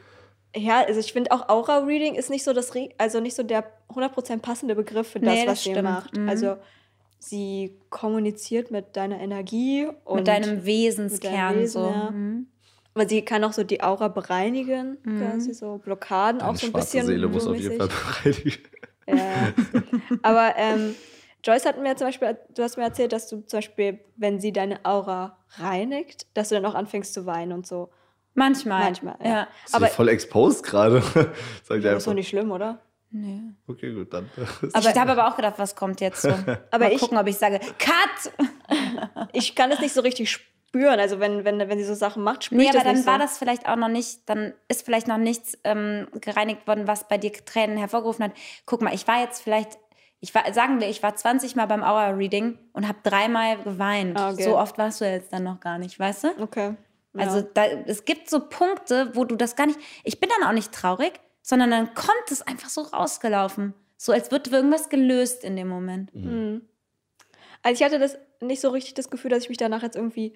Speaker 3: ja, also ich finde auch Aura-Reading ist nicht so das, Re- also nicht so der 100% passende Begriff für das,
Speaker 1: Nee, das
Speaker 3: was sie
Speaker 1: stimmt.
Speaker 3: macht.
Speaker 1: Mhm.
Speaker 3: Also sie kommuniziert mit deiner Energie und
Speaker 1: Mit deinem Wesenskern
Speaker 3: Wesen,
Speaker 1: so.
Speaker 3: ja.
Speaker 1: Mhm.
Speaker 3: aber sie kann auch so die Aura bereinigen,
Speaker 1: Mhm.
Speaker 3: quasi so Blockaden auch
Speaker 2: Deine
Speaker 3: so ein
Speaker 2: schwarze
Speaker 3: bisschen.
Speaker 2: Seele muss auf jeden
Speaker 3: blumäßig.
Speaker 2: Fall bereinigt.
Speaker 3: Ja. Aber ähm, Joyce hat mir zum Beispiel, du hast mir erzählt, dass du zum Beispiel, wenn sie deine Aura reinigt, dass du dann auch anfängst zu weinen und so.
Speaker 1: Manchmal.
Speaker 3: Manchmal, ja.
Speaker 1: ja.
Speaker 2: Ist
Speaker 3: Aber
Speaker 2: aber voll exposed gerade. [LAUGHS] Sag ich
Speaker 3: das ist doch
Speaker 2: einfach.
Speaker 3: nicht schlimm, oder?
Speaker 1: Nee.
Speaker 2: Okay, gut, dann. [LAUGHS]
Speaker 1: Aber ich habe aber auch gedacht, was kommt jetzt so.
Speaker 3: Aber
Speaker 1: Mal
Speaker 3: ich-
Speaker 1: gucken, ob ich sage, Cut!
Speaker 3: Ich kann das nicht so richtig spüren. Also wenn, wenn, wenn sie so Sachen macht, spüre
Speaker 1: Nee,
Speaker 3: ich
Speaker 1: aber
Speaker 3: das
Speaker 1: dann
Speaker 3: nicht
Speaker 1: war
Speaker 3: so.
Speaker 1: das vielleicht auch noch nicht, dann ist vielleicht noch nichts ähm, gereinigt worden, was bei dir Tränen hervorgerufen hat. Guck mal, ich war jetzt vielleicht Ich war, sagen wir, ich war 20 Mal beim Hour Reading und habe dreimal geweint.
Speaker 3: Ah, okay.
Speaker 1: So oft warst du ja jetzt dann noch gar nicht, weißt du?
Speaker 3: Okay. Ja.
Speaker 1: Also da, es gibt so Punkte, wo du das gar nicht. Ich bin dann auch nicht traurig, sondern dann kommt es einfach so rausgelaufen. So als wird irgendwas gelöst in dem Moment.
Speaker 2: Hm,
Speaker 3: Mhm. Also ich hatte das nicht so richtig das Gefühl, dass ich mich danach jetzt irgendwie,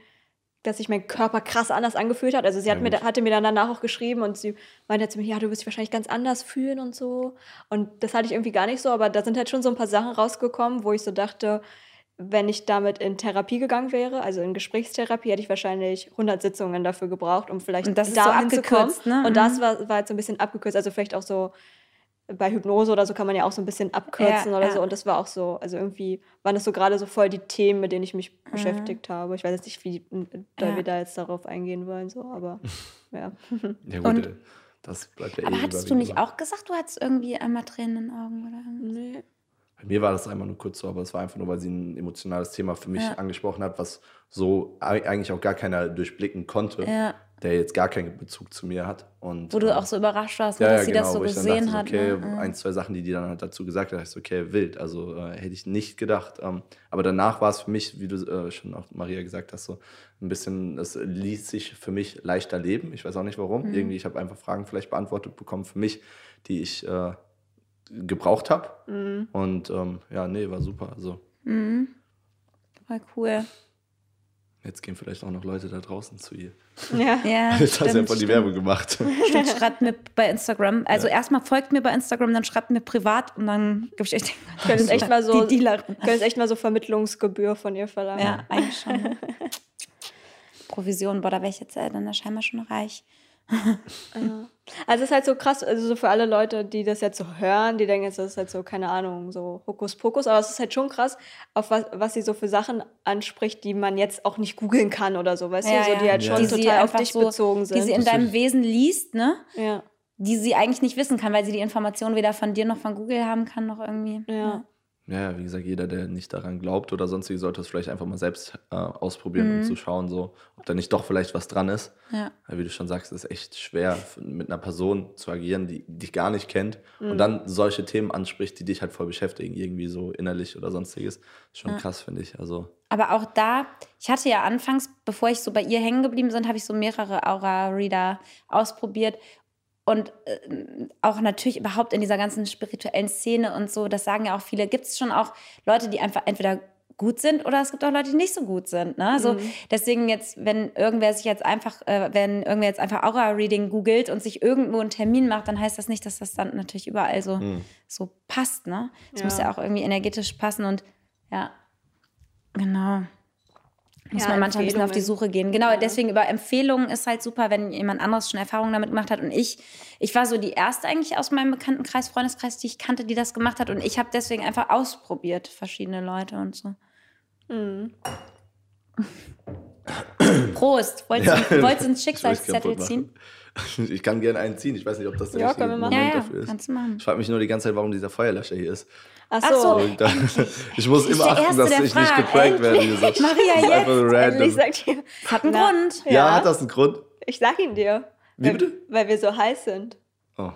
Speaker 3: dass sich mein Körper krass anders angefühlt hat. Also sie hat
Speaker 2: Ja,
Speaker 3: mir,
Speaker 2: gut.
Speaker 3: hatte mir dann danach auch geschrieben und sie meinte zu mir, ja, du wirst dich wahrscheinlich ganz anders fühlen und so. Und das hatte ich irgendwie gar nicht so, aber da sind halt schon so ein paar Sachen rausgekommen, wo ich so dachte, wenn ich damit in Therapie gegangen wäre, also in Gesprächstherapie, hätte ich wahrscheinlich 100 Sitzungen dafür gebraucht, um vielleicht
Speaker 1: Und das ist so
Speaker 3: da hinzukommen.
Speaker 1: abgekürzt, ne?
Speaker 3: Und
Speaker 1: Mhm.
Speaker 3: das war, war jetzt so ein bisschen abgekürzt, also vielleicht auch so bei Hypnose oder so kann man ja auch so ein bisschen abkürzen
Speaker 1: Ja,
Speaker 3: oder
Speaker 1: ja.
Speaker 3: so. Und das war auch so, also irgendwie waren das so gerade so voll die Themen, mit denen ich mich beschäftigt habe. Ich weiß jetzt nicht, wie doll
Speaker 1: Mhm. Ja.
Speaker 3: wir da jetzt darauf eingehen wollen, so, aber ja.
Speaker 2: Ja, gut,
Speaker 1: Und-
Speaker 2: äh, das bleibt ja eh
Speaker 1: Aber hattest du nicht
Speaker 2: überwiegend.
Speaker 1: auch gesagt, du hattest irgendwie einmal Tränen in den Augen oder irgendwas?
Speaker 3: nee.
Speaker 2: Bei mir war das einmal nur kurz so, aber es war einfach nur, weil sie ein emotionales Thema für mich
Speaker 1: Ja.
Speaker 2: angesprochen hat, was so ei- eigentlich auch gar keiner durchblicken konnte,
Speaker 1: Ja.
Speaker 2: der jetzt gar keinen Bezug zu mir hat. Und,
Speaker 1: Wo du
Speaker 2: ähm,
Speaker 1: auch so überrascht warst, ne,
Speaker 2: ja,
Speaker 1: dass
Speaker 2: ja,
Speaker 1: sie
Speaker 2: genau,
Speaker 1: das so
Speaker 2: wo ich dann
Speaker 1: gesehen
Speaker 2: dachte,
Speaker 1: hat.
Speaker 2: Okay,
Speaker 1: ne?
Speaker 2: ein, zwei Sachen, die die dann halt dazu gesagt hat, dachte ich so, okay, wild. Also äh, hätte ich nicht gedacht. Ähm, aber danach war es für mich, wie du äh, schon auch Maria gesagt hast, so ein bisschen, es ließ sich für mich leichter leben. Ich weiß auch nicht warum.
Speaker 1: Mhm.
Speaker 2: Irgendwie, ich habe einfach Fragen vielleicht beantwortet bekommen für mich, die ich äh, gebraucht habe.
Speaker 3: Mhm.
Speaker 2: Und ähm, ja, nee, war super. Also
Speaker 1: Ja. Mhm. Voll cool.
Speaker 2: jetzt gehen vielleicht auch noch Leute da draußen zu ihr.
Speaker 1: [LAUGHS]
Speaker 3: Ja.
Speaker 2: [LAUGHS]
Speaker 1: Ja,
Speaker 2: Jetzt hast du ja
Speaker 1: stimmt,
Speaker 2: voll die
Speaker 1: stimmt.
Speaker 2: Werbung gemacht.
Speaker 1: Stimmt, schreibt mir bei Instagram. Also erstmal folgt mir bei Instagram, dann schreibt mir privat und dann gebe ich euch den
Speaker 3: Können es echt mal so,
Speaker 1: Die Dealerin.
Speaker 3: können es echt mal so Vermittlungsgebühr von ihr verlangen.
Speaker 1: Ja, eigentlich schon. Provision, boah, da wäre ich jetzt äh, dann scheinbar schon reich.
Speaker 3: Ja. Also es ist halt so krass, also so für alle Leute, die das jetzt so hören, die denken jetzt, das ist halt so, keine Ahnung, so Hokuspokus, aber es ist halt schon krass, auf was, was sie so für Sachen anspricht, die man jetzt auch nicht googeln kann oder so, weißt
Speaker 1: Ja,
Speaker 3: du, so, die
Speaker 1: ja.
Speaker 3: halt
Speaker 2: Ja.
Speaker 3: schon
Speaker 2: Die
Speaker 1: sie
Speaker 3: total auf
Speaker 1: einfach
Speaker 3: dich
Speaker 1: so-
Speaker 3: bezogen
Speaker 1: Die
Speaker 3: sind.
Speaker 1: sie in deinem Wesen liest, ne?
Speaker 3: ja.
Speaker 1: Die sie eigentlich nicht wissen kann, weil sie die Information weder von dir noch von Google haben kann, noch irgendwie. ne?
Speaker 3: Ja.
Speaker 2: Ja, wie gesagt, jeder, der nicht daran glaubt oder sonstig, sollte es vielleicht einfach mal selbst äh, ausprobieren, um zu schauen, so, ob da nicht doch vielleicht was dran ist.
Speaker 1: Mhm. Ja.
Speaker 2: Weil, wie du schon sagst, ist echt schwer, f- mit einer Person zu agieren, die dich gar nicht kennt
Speaker 1: Mhm.
Speaker 2: und dann solche Themen anspricht, die dich halt voll beschäftigen, irgendwie so innerlich oder sonstiges. Schon krass, finde ich. Also,
Speaker 1: Aber auch da, ich hatte ja anfangs, bevor ich so bei ihr hängen geblieben bin, habe ich so mehrere Aura-Reader ausprobiert. Und äh, auch natürlich überhaupt in dieser ganzen spirituellen Szene und so, das sagen ja auch viele, gibt es schon auch Leute, die einfach entweder gut sind oder es gibt auch Leute, die nicht so gut sind. Ne? Also deswegen jetzt, wenn irgendwer sich jetzt einfach, äh, wenn irgendwer jetzt einfach Aura-Reading googelt und sich irgendwo einen Termin macht, dann heißt das nicht, dass das dann natürlich überall so,
Speaker 2: Mhm.
Speaker 1: so passt. Ne? Es
Speaker 3: Ja.
Speaker 1: muss ja auch irgendwie energetisch passen und ja, Genau. Muss
Speaker 3: Ja,
Speaker 1: man manchmal ein bisschen auf die
Speaker 3: Empfehlungen.
Speaker 1: Suche gehen. Genau,
Speaker 3: Ja.
Speaker 1: deswegen über Empfehlungen ist halt super, wenn jemand anderes schon Erfahrungen damit gemacht hat. Und ich, ich war so die erste eigentlich aus meinem Bekanntenkreis, Freundeskreis, die ich kannte, die das gemacht hat. Und ich habe deswegen einfach ausprobiert, verschiedene Leute und so.
Speaker 3: Mhm.
Speaker 1: Prost! Wolltest
Speaker 2: Ja.
Speaker 1: du wolltest du einen
Speaker 2: [LAUGHS] ich will es kaputt
Speaker 1: Schicksalszettel
Speaker 2: machen.
Speaker 1: ziehen?
Speaker 2: [LAUGHS] Ich kann gerne einen ziehen. Ich weiß nicht, ob das der
Speaker 3: Ja,
Speaker 2: richtige
Speaker 3: können wir
Speaker 2: Moment
Speaker 3: machen.
Speaker 1: Ja, ja,
Speaker 2: dafür ist.
Speaker 1: kannst du machen.
Speaker 2: Ich frage mich nur die ganze Zeit, warum dieser Feuerlöscher hier
Speaker 1: [LAUGHS]
Speaker 2: ist.
Speaker 3: Ach
Speaker 1: Ach
Speaker 3: so.
Speaker 1: so.
Speaker 2: Und dann, [LAUGHS] ich muss
Speaker 1: ist
Speaker 2: immer
Speaker 1: der
Speaker 2: achten,
Speaker 1: Erste,
Speaker 2: dass
Speaker 1: der
Speaker 2: ich nicht
Speaker 1: fragt.
Speaker 2: geprankt werde.
Speaker 1: [LAUGHS]
Speaker 2: wie gesagt. [LAUGHS]
Speaker 1: Maria,
Speaker 2: Das ist einfach so random.
Speaker 3: Ich sag dir.
Speaker 1: [LAUGHS] Hat einen
Speaker 3: Na,
Speaker 1: Grund.
Speaker 2: ja, hat das einen Grund?
Speaker 3: Ich sag ihn dir.
Speaker 2: Wie
Speaker 3: weil,
Speaker 2: bitte?
Speaker 3: weil wir so heiß sind.
Speaker 1: [LAUGHS]
Speaker 2: Oh.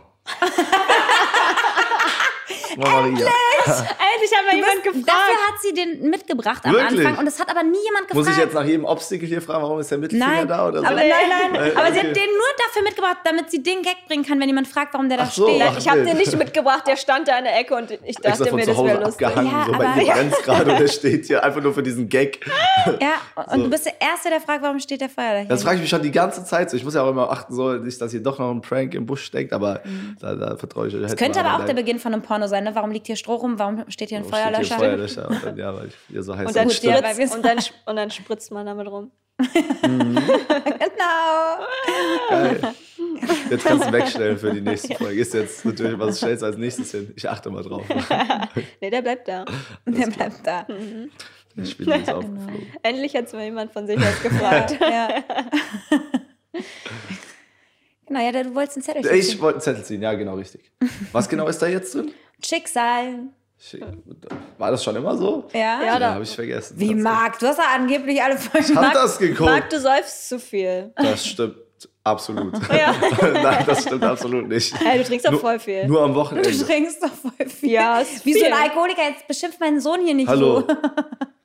Speaker 2: Mama Maria.
Speaker 3: Endlich hat mal jemand gefragt.
Speaker 1: Dafür hat sie den mitgebracht am
Speaker 2: Wirklich?
Speaker 1: Anfang und es hat aber nie jemand gefragt.
Speaker 2: Muss ich jetzt nach jedem Obstacle hier fragen, warum ist der Mittelfinger
Speaker 1: Nein,
Speaker 2: da oder so?
Speaker 1: aber
Speaker 3: Nee.
Speaker 1: nein, nein.
Speaker 2: Äh,
Speaker 1: aber sie
Speaker 2: okay.
Speaker 1: hat den nur dafür mitgebracht, damit sie den Gag bringen kann, wenn jemand fragt, warum der da
Speaker 2: Ach so,
Speaker 1: steht.
Speaker 2: ach,
Speaker 3: Ich habe
Speaker 2: nee.
Speaker 3: den nicht mitgebracht, der stand da in der Ecke und ich
Speaker 2: Extra
Speaker 3: dachte
Speaker 2: von
Speaker 3: mir,
Speaker 2: zu
Speaker 3: das
Speaker 2: Hause
Speaker 3: wäre lustig.
Speaker 2: abgehangen,
Speaker 1: Ja,
Speaker 2: so bei
Speaker 1: aber-
Speaker 2: ihr brennt
Speaker 1: [LAUGHS]
Speaker 2: gerade und der steht hier einfach nur für diesen Gag.
Speaker 1: Ja, und du bist der Erste, der fragt, warum steht der Feuer
Speaker 2: Das
Speaker 1: dahinter.
Speaker 2: frage ich mich schon die ganze Zeit. so. Ich muss ja auch immer achten, so, nicht, dass hier doch noch ein Prank im Busch steckt, aber da, da vertraue ich euch. Das
Speaker 1: Mhm. Könnte aber auch der Beginn von einem Porno sein, ne? Warum liegt hier Stroh rum? Warum steht hier ein Feuerlöscher?
Speaker 2: Oh, Feuerlöscher. Und dann, ja, weil ich hier so heiß
Speaker 3: Und dann,
Speaker 2: am
Speaker 1: Gut, ja,
Speaker 2: Start.
Speaker 1: weil wir
Speaker 3: spritzt,
Speaker 1: so-
Speaker 3: und, dann, sp- und dann spritzt man damit rum.
Speaker 1: [LAUGHS] Genau.
Speaker 2: Geil.
Speaker 1: [LAUGHS]
Speaker 2: Jetzt kannst du wegstellen für die nächste Folge. Ist jetzt natürlich, was stellst du als nächstes hin? Ich achte mal drauf.
Speaker 3: Nee, der bleibt da.
Speaker 1: Der bleibt da. Mhm.
Speaker 2: Das
Speaker 1: [LAUGHS]
Speaker 2: Spiel ist aufgeflogen.
Speaker 1: genau.
Speaker 3: Endlich hat mal jemand von sich aus gefragt.
Speaker 1: Ja. [LAUGHS] genau, ja, du wolltest einen Zettel
Speaker 2: Ich
Speaker 1: ziehen.
Speaker 2: wollte einen Zettel ziehen, ja, genau, richtig. Was genau ist da jetzt drin?
Speaker 1: Schicksal.
Speaker 2: Schick. War das schon immer so?
Speaker 1: Ja.
Speaker 3: Ja, da-
Speaker 2: habe ich vergessen.
Speaker 1: Wie Marc, du hast ja angeblich alle Folgen.
Speaker 2: Hat das geguckt?
Speaker 3: Marc, du säufst zu viel.
Speaker 2: Das stimmt
Speaker 1: [LAUGHS]
Speaker 2: absolut.
Speaker 3: Ja.
Speaker 2: Nein, das stimmt absolut nicht.
Speaker 3: Ey, du trinkst doch
Speaker 2: Nur-
Speaker 3: voll viel.
Speaker 2: Nur am
Speaker 1: Du
Speaker 2: Wochenende.
Speaker 1: trinkst doch voll
Speaker 3: Yes,
Speaker 1: Wie so ein
Speaker 3: viel.
Speaker 1: Alkoholiker, jetzt beschimpft meinen Sohn hier nicht
Speaker 2: Hallo.
Speaker 1: so.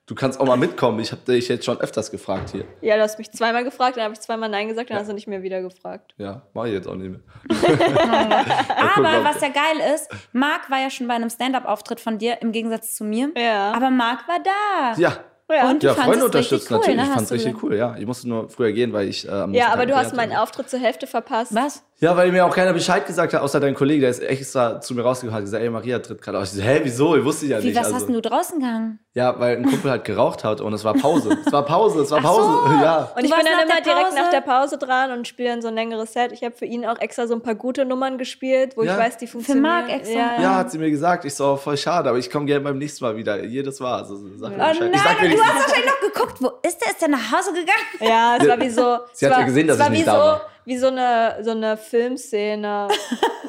Speaker 2: Du kannst auch mal mitkommen. Ich habe dich jetzt schon öfters gefragt hier.
Speaker 3: Ja, du hast mich zweimal gefragt, dann habe ich zweimal Nein gesagt, dann hast du nicht mehr wieder gefragt.
Speaker 2: Ja, mach ich jetzt auch nicht mehr.
Speaker 1: Aber
Speaker 2: guck mal.
Speaker 1: was ja geil ist, Marc war ja schon bei einem Stand-Up-Auftritt von dir, im Gegensatz zu mir.
Speaker 3: Ja.
Speaker 1: Aber Marc war da.
Speaker 2: Ja.
Speaker 3: Ja.
Speaker 1: Und du
Speaker 2: ja,
Speaker 1: fandest
Speaker 2: Freunde
Speaker 1: es richtig
Speaker 2: unterstützt
Speaker 1: cool,
Speaker 2: natürlich.
Speaker 1: ne?
Speaker 2: Ich
Speaker 1: Hast
Speaker 2: fand's
Speaker 1: du
Speaker 2: richtig
Speaker 1: gesagt.
Speaker 2: cool, ja. Ich musste nur früher gehen, weil ich. Äh, am
Speaker 3: ja,
Speaker 2: nächsten
Speaker 3: aber
Speaker 2: Tag
Speaker 3: du hast
Speaker 2: Konzert
Speaker 3: meinen
Speaker 2: hatte.
Speaker 3: Auftritt zur Hälfte verpasst.
Speaker 1: Was?
Speaker 2: Ja, weil mir auch keiner Bescheid gesagt hat, außer dein Kollege, der ist extra zu mir rausgekommen und hat gesagt, ey, Maria tritt gerade aus. Ich so, hä, wieso? Ich wusste ja
Speaker 1: Wie,
Speaker 2: nicht.
Speaker 1: was
Speaker 2: also,
Speaker 1: hast denn du draußen gehangen?
Speaker 2: Ja, weil ein Kumpel halt geraucht hat und es war Pause. Es war Pause, es war
Speaker 1: Ach so. Oh
Speaker 2: Pause. [LAUGHS] Ja.
Speaker 3: Und
Speaker 1: Du
Speaker 3: ich bin
Speaker 1: warst
Speaker 3: dann
Speaker 1: nach
Speaker 3: immer
Speaker 1: der
Speaker 3: direkt
Speaker 1: Pause?
Speaker 3: nach der Pause dran und spiele dann so ein längeres Set. Ich habe für ihn auch extra so ein paar gute Nummern gespielt, wo
Speaker 2: Ja.
Speaker 3: ich weiß, die funktionieren.
Speaker 1: Marc extra?
Speaker 3: Ja,
Speaker 2: Ja, hat sie mir gesagt. Ich so, oh, voll schade, aber ich komme gerne beim nächsten Mal wieder. Jedes Mal. Also,
Speaker 1: Oh
Speaker 2: sag mir Bescheid.
Speaker 1: nein,
Speaker 2: ich sag
Speaker 1: und du
Speaker 2: wenigstens-
Speaker 1: hast wahrscheinlich noch geguckt, wo ist der? Ist der nach Hause gegangen?
Speaker 3: ja es war wie so.
Speaker 2: Sie
Speaker 3: es
Speaker 2: hat
Speaker 3: war,
Speaker 2: ja gesehen, dass
Speaker 3: es war
Speaker 2: ich
Speaker 3: wie
Speaker 2: nicht
Speaker 3: so,
Speaker 2: da war.
Speaker 3: Wie so eine, so eine Filmszene,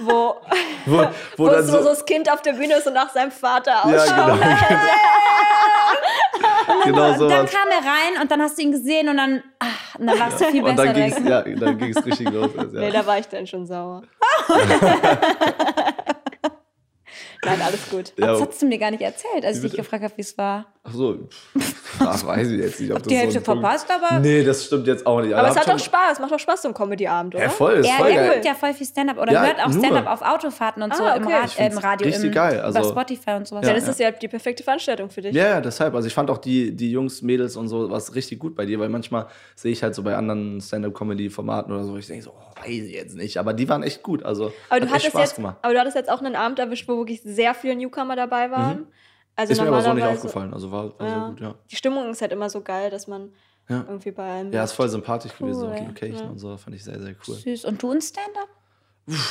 Speaker 3: wo,
Speaker 2: wo,
Speaker 3: wo,
Speaker 2: wo dann
Speaker 3: so, genau. so
Speaker 2: so.
Speaker 3: das Kind auf der Bühne ist und nach seinem Vater ausschaut.
Speaker 2: Ja, [LAUGHS] genau. genau
Speaker 1: [LAUGHS]
Speaker 2: so
Speaker 1: Und dann
Speaker 2: was.
Speaker 1: kam er rein und dann hast du ihn gesehen und dann, ach, und dann warst du viel
Speaker 2: Und
Speaker 1: besser
Speaker 2: dann ging's,
Speaker 1: direkt.
Speaker 2: ja, dann ging's richtig
Speaker 1: [LAUGHS]
Speaker 2: los. Also,
Speaker 3: Nee,
Speaker 2: ja.
Speaker 3: da war ich dann schon sauer. [LAUGHS] Nein, alles gut.
Speaker 1: Aber
Speaker 2: Ja,
Speaker 1: Das hast du mir gar nicht erzählt, als ich dich
Speaker 2: bitte?
Speaker 1: gefragt habe, wie es war.
Speaker 2: ach so, pff, ach, weiß ich jetzt nicht, ob das
Speaker 1: Die
Speaker 2: so
Speaker 1: hätte
Speaker 2: ein Punkt-
Speaker 1: verpasst, aber
Speaker 2: Nee, das stimmt jetzt auch nicht.
Speaker 3: Aber es
Speaker 2: hab
Speaker 3: hat auch
Speaker 2: schon-
Speaker 3: Spaß, macht auch Spaß, so ein Comedy-Abend, oder?
Speaker 2: Ja, voll, ist
Speaker 1: er,
Speaker 2: voll
Speaker 1: er
Speaker 2: geil.
Speaker 1: guckt ja voll viel Stand-up oder
Speaker 2: Ja,
Speaker 1: hört auch
Speaker 2: nur.
Speaker 1: Stand-up auf Autofahrten und so
Speaker 3: Ah,
Speaker 1: im,
Speaker 3: okay.
Speaker 1: Ra
Speaker 2: Ich
Speaker 1: äh,
Speaker 2: find's
Speaker 1: im Radio,
Speaker 2: richtig
Speaker 1: im,
Speaker 2: geil, also-
Speaker 1: über Spotify und sowas.
Speaker 3: Dann ist das ja die perfekte Veranstaltung für dich.
Speaker 2: Ja, ja, deshalb. Also ich fand auch die, die Jungs, Mädels und so was richtig gut bei dir, weil manchmal sehe ich halt so bei anderen Stand-up-Comedy-Formaten oder so, ich denke so, oh, weiß ich jetzt nicht. Aber die waren echt gut. Also
Speaker 3: Aber
Speaker 2: hat
Speaker 3: du,
Speaker 2: echt
Speaker 3: hattest
Speaker 2: Spaß
Speaker 3: jetzt,
Speaker 2: gemacht. Mhm.
Speaker 3: aber du hattest jetzt auch einen Abend erwischt, wo wirklich sehr viele Newcomer dabei waren. Also
Speaker 2: Ist mir aber so nicht
Speaker 3: normalerweise-
Speaker 2: aufgefallen. Also war, war sehr
Speaker 3: Ja.
Speaker 2: gut, ja.
Speaker 3: Die Stimmung ist halt immer so geil, dass man
Speaker 2: Ja.
Speaker 3: irgendwie bei allem.
Speaker 2: Ja, ist voll sympathisch gewesen.
Speaker 1: Cool,
Speaker 2: Okay, okay,
Speaker 3: ja.
Speaker 2: und so fand ich sehr, sehr cool.
Speaker 1: Süß. Und du ein Stand-up?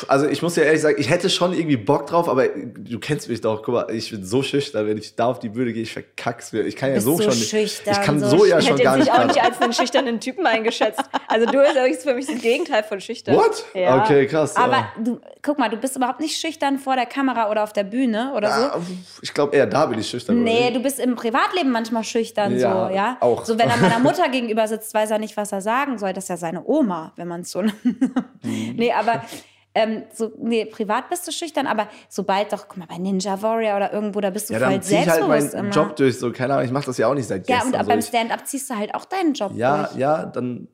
Speaker 2: Also ich muss ja ehrlich sagen, ich hätte schon irgendwie Bock drauf, aber du kennst mich doch. Guck mal, ich bin so schüchtern, wenn ich da auf die Bühne gehe, ich verkack's mir. Ich kann ja
Speaker 1: Bist
Speaker 2: so
Speaker 1: so
Speaker 2: schon
Speaker 1: schüchtern,
Speaker 2: nicht. Ich kann
Speaker 1: so
Speaker 2: so, ja
Speaker 3: ich
Speaker 2: schon
Speaker 3: hätte
Speaker 2: gar
Speaker 3: jetzt
Speaker 2: nicht.
Speaker 3: dich auch nicht
Speaker 2: gerade-
Speaker 3: als einen schüchternen Typen eingeschätzt. Also du bist wirklich für mich das Gegenteil von schüchtern.
Speaker 2: What?
Speaker 3: Ja.
Speaker 2: Okay, krass. ja.
Speaker 1: Aber du, guck mal, du bist überhaupt nicht schüchtern vor der Kamera oder auf der Bühne oder so.
Speaker 2: Ah, ich glaube eher da bin ich schüchtern.
Speaker 1: Nee, du bist im Privatleben manchmal schüchtern,
Speaker 2: Ja,
Speaker 1: so, ja.
Speaker 2: auch.
Speaker 1: So, wenn er
Speaker 2: [LAUGHS]
Speaker 1: meiner Mutter gegenüber sitzt, weiß er nicht, was er sagen soll. Das ist ja seine Oma, wenn man es so [LAUGHS] nennt.
Speaker 2: Mhm.
Speaker 1: Nee, aber ähm, so, nee, privat bist du schüchtern, aber sobald doch, guck mal, bei Ninja Warrior oder irgendwo, da bist du
Speaker 2: ja,
Speaker 1: voll
Speaker 2: dann zieh ich halt meinen
Speaker 1: selbstbewusst immer.
Speaker 2: Job durch. So, keine Ahnung, ich mache das ja auch nicht seit
Speaker 1: ja, und
Speaker 2: gestern. so,
Speaker 1: beim
Speaker 2: ich,
Speaker 1: Stand-up ziehst du halt auch deinen Job
Speaker 2: ja,
Speaker 1: durch.
Speaker 2: ja, dann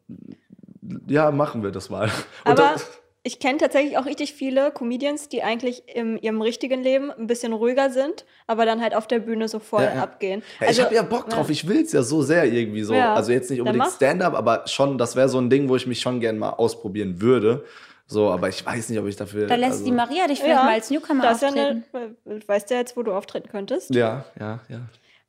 Speaker 2: ja, machen wir das mal. [LAUGHS] Und
Speaker 3: Aber
Speaker 2: das-
Speaker 3: ich kenne tatsächlich auch richtig viele Comedians, die eigentlich in ihrem richtigen Leben ein bisschen ruhiger sind, aber dann halt auf der Bühne so voll
Speaker 2: Ja, ja.
Speaker 3: abgehen. Also,
Speaker 2: Ja,
Speaker 1: also,
Speaker 2: ich habe ja Bock drauf, ich will's ja so sehr irgendwie so.
Speaker 3: Ja.
Speaker 2: Also jetzt nicht
Speaker 3: Dann
Speaker 2: unbedingt
Speaker 3: mach.
Speaker 2: Stand-up, aber schon, das wäre so ein Ding, wo ich mich schon gern mal ausprobieren würde. So, aber ich weiß nicht, ob ich dafür.
Speaker 1: Da lässt
Speaker 2: also,
Speaker 1: die Maria dich vielleicht mal als Newcomer
Speaker 3: das ist ja
Speaker 1: auftreten.
Speaker 3: eine, Weißt du jetzt, wo du auftreten könntest?
Speaker 2: Ja, ja, ja.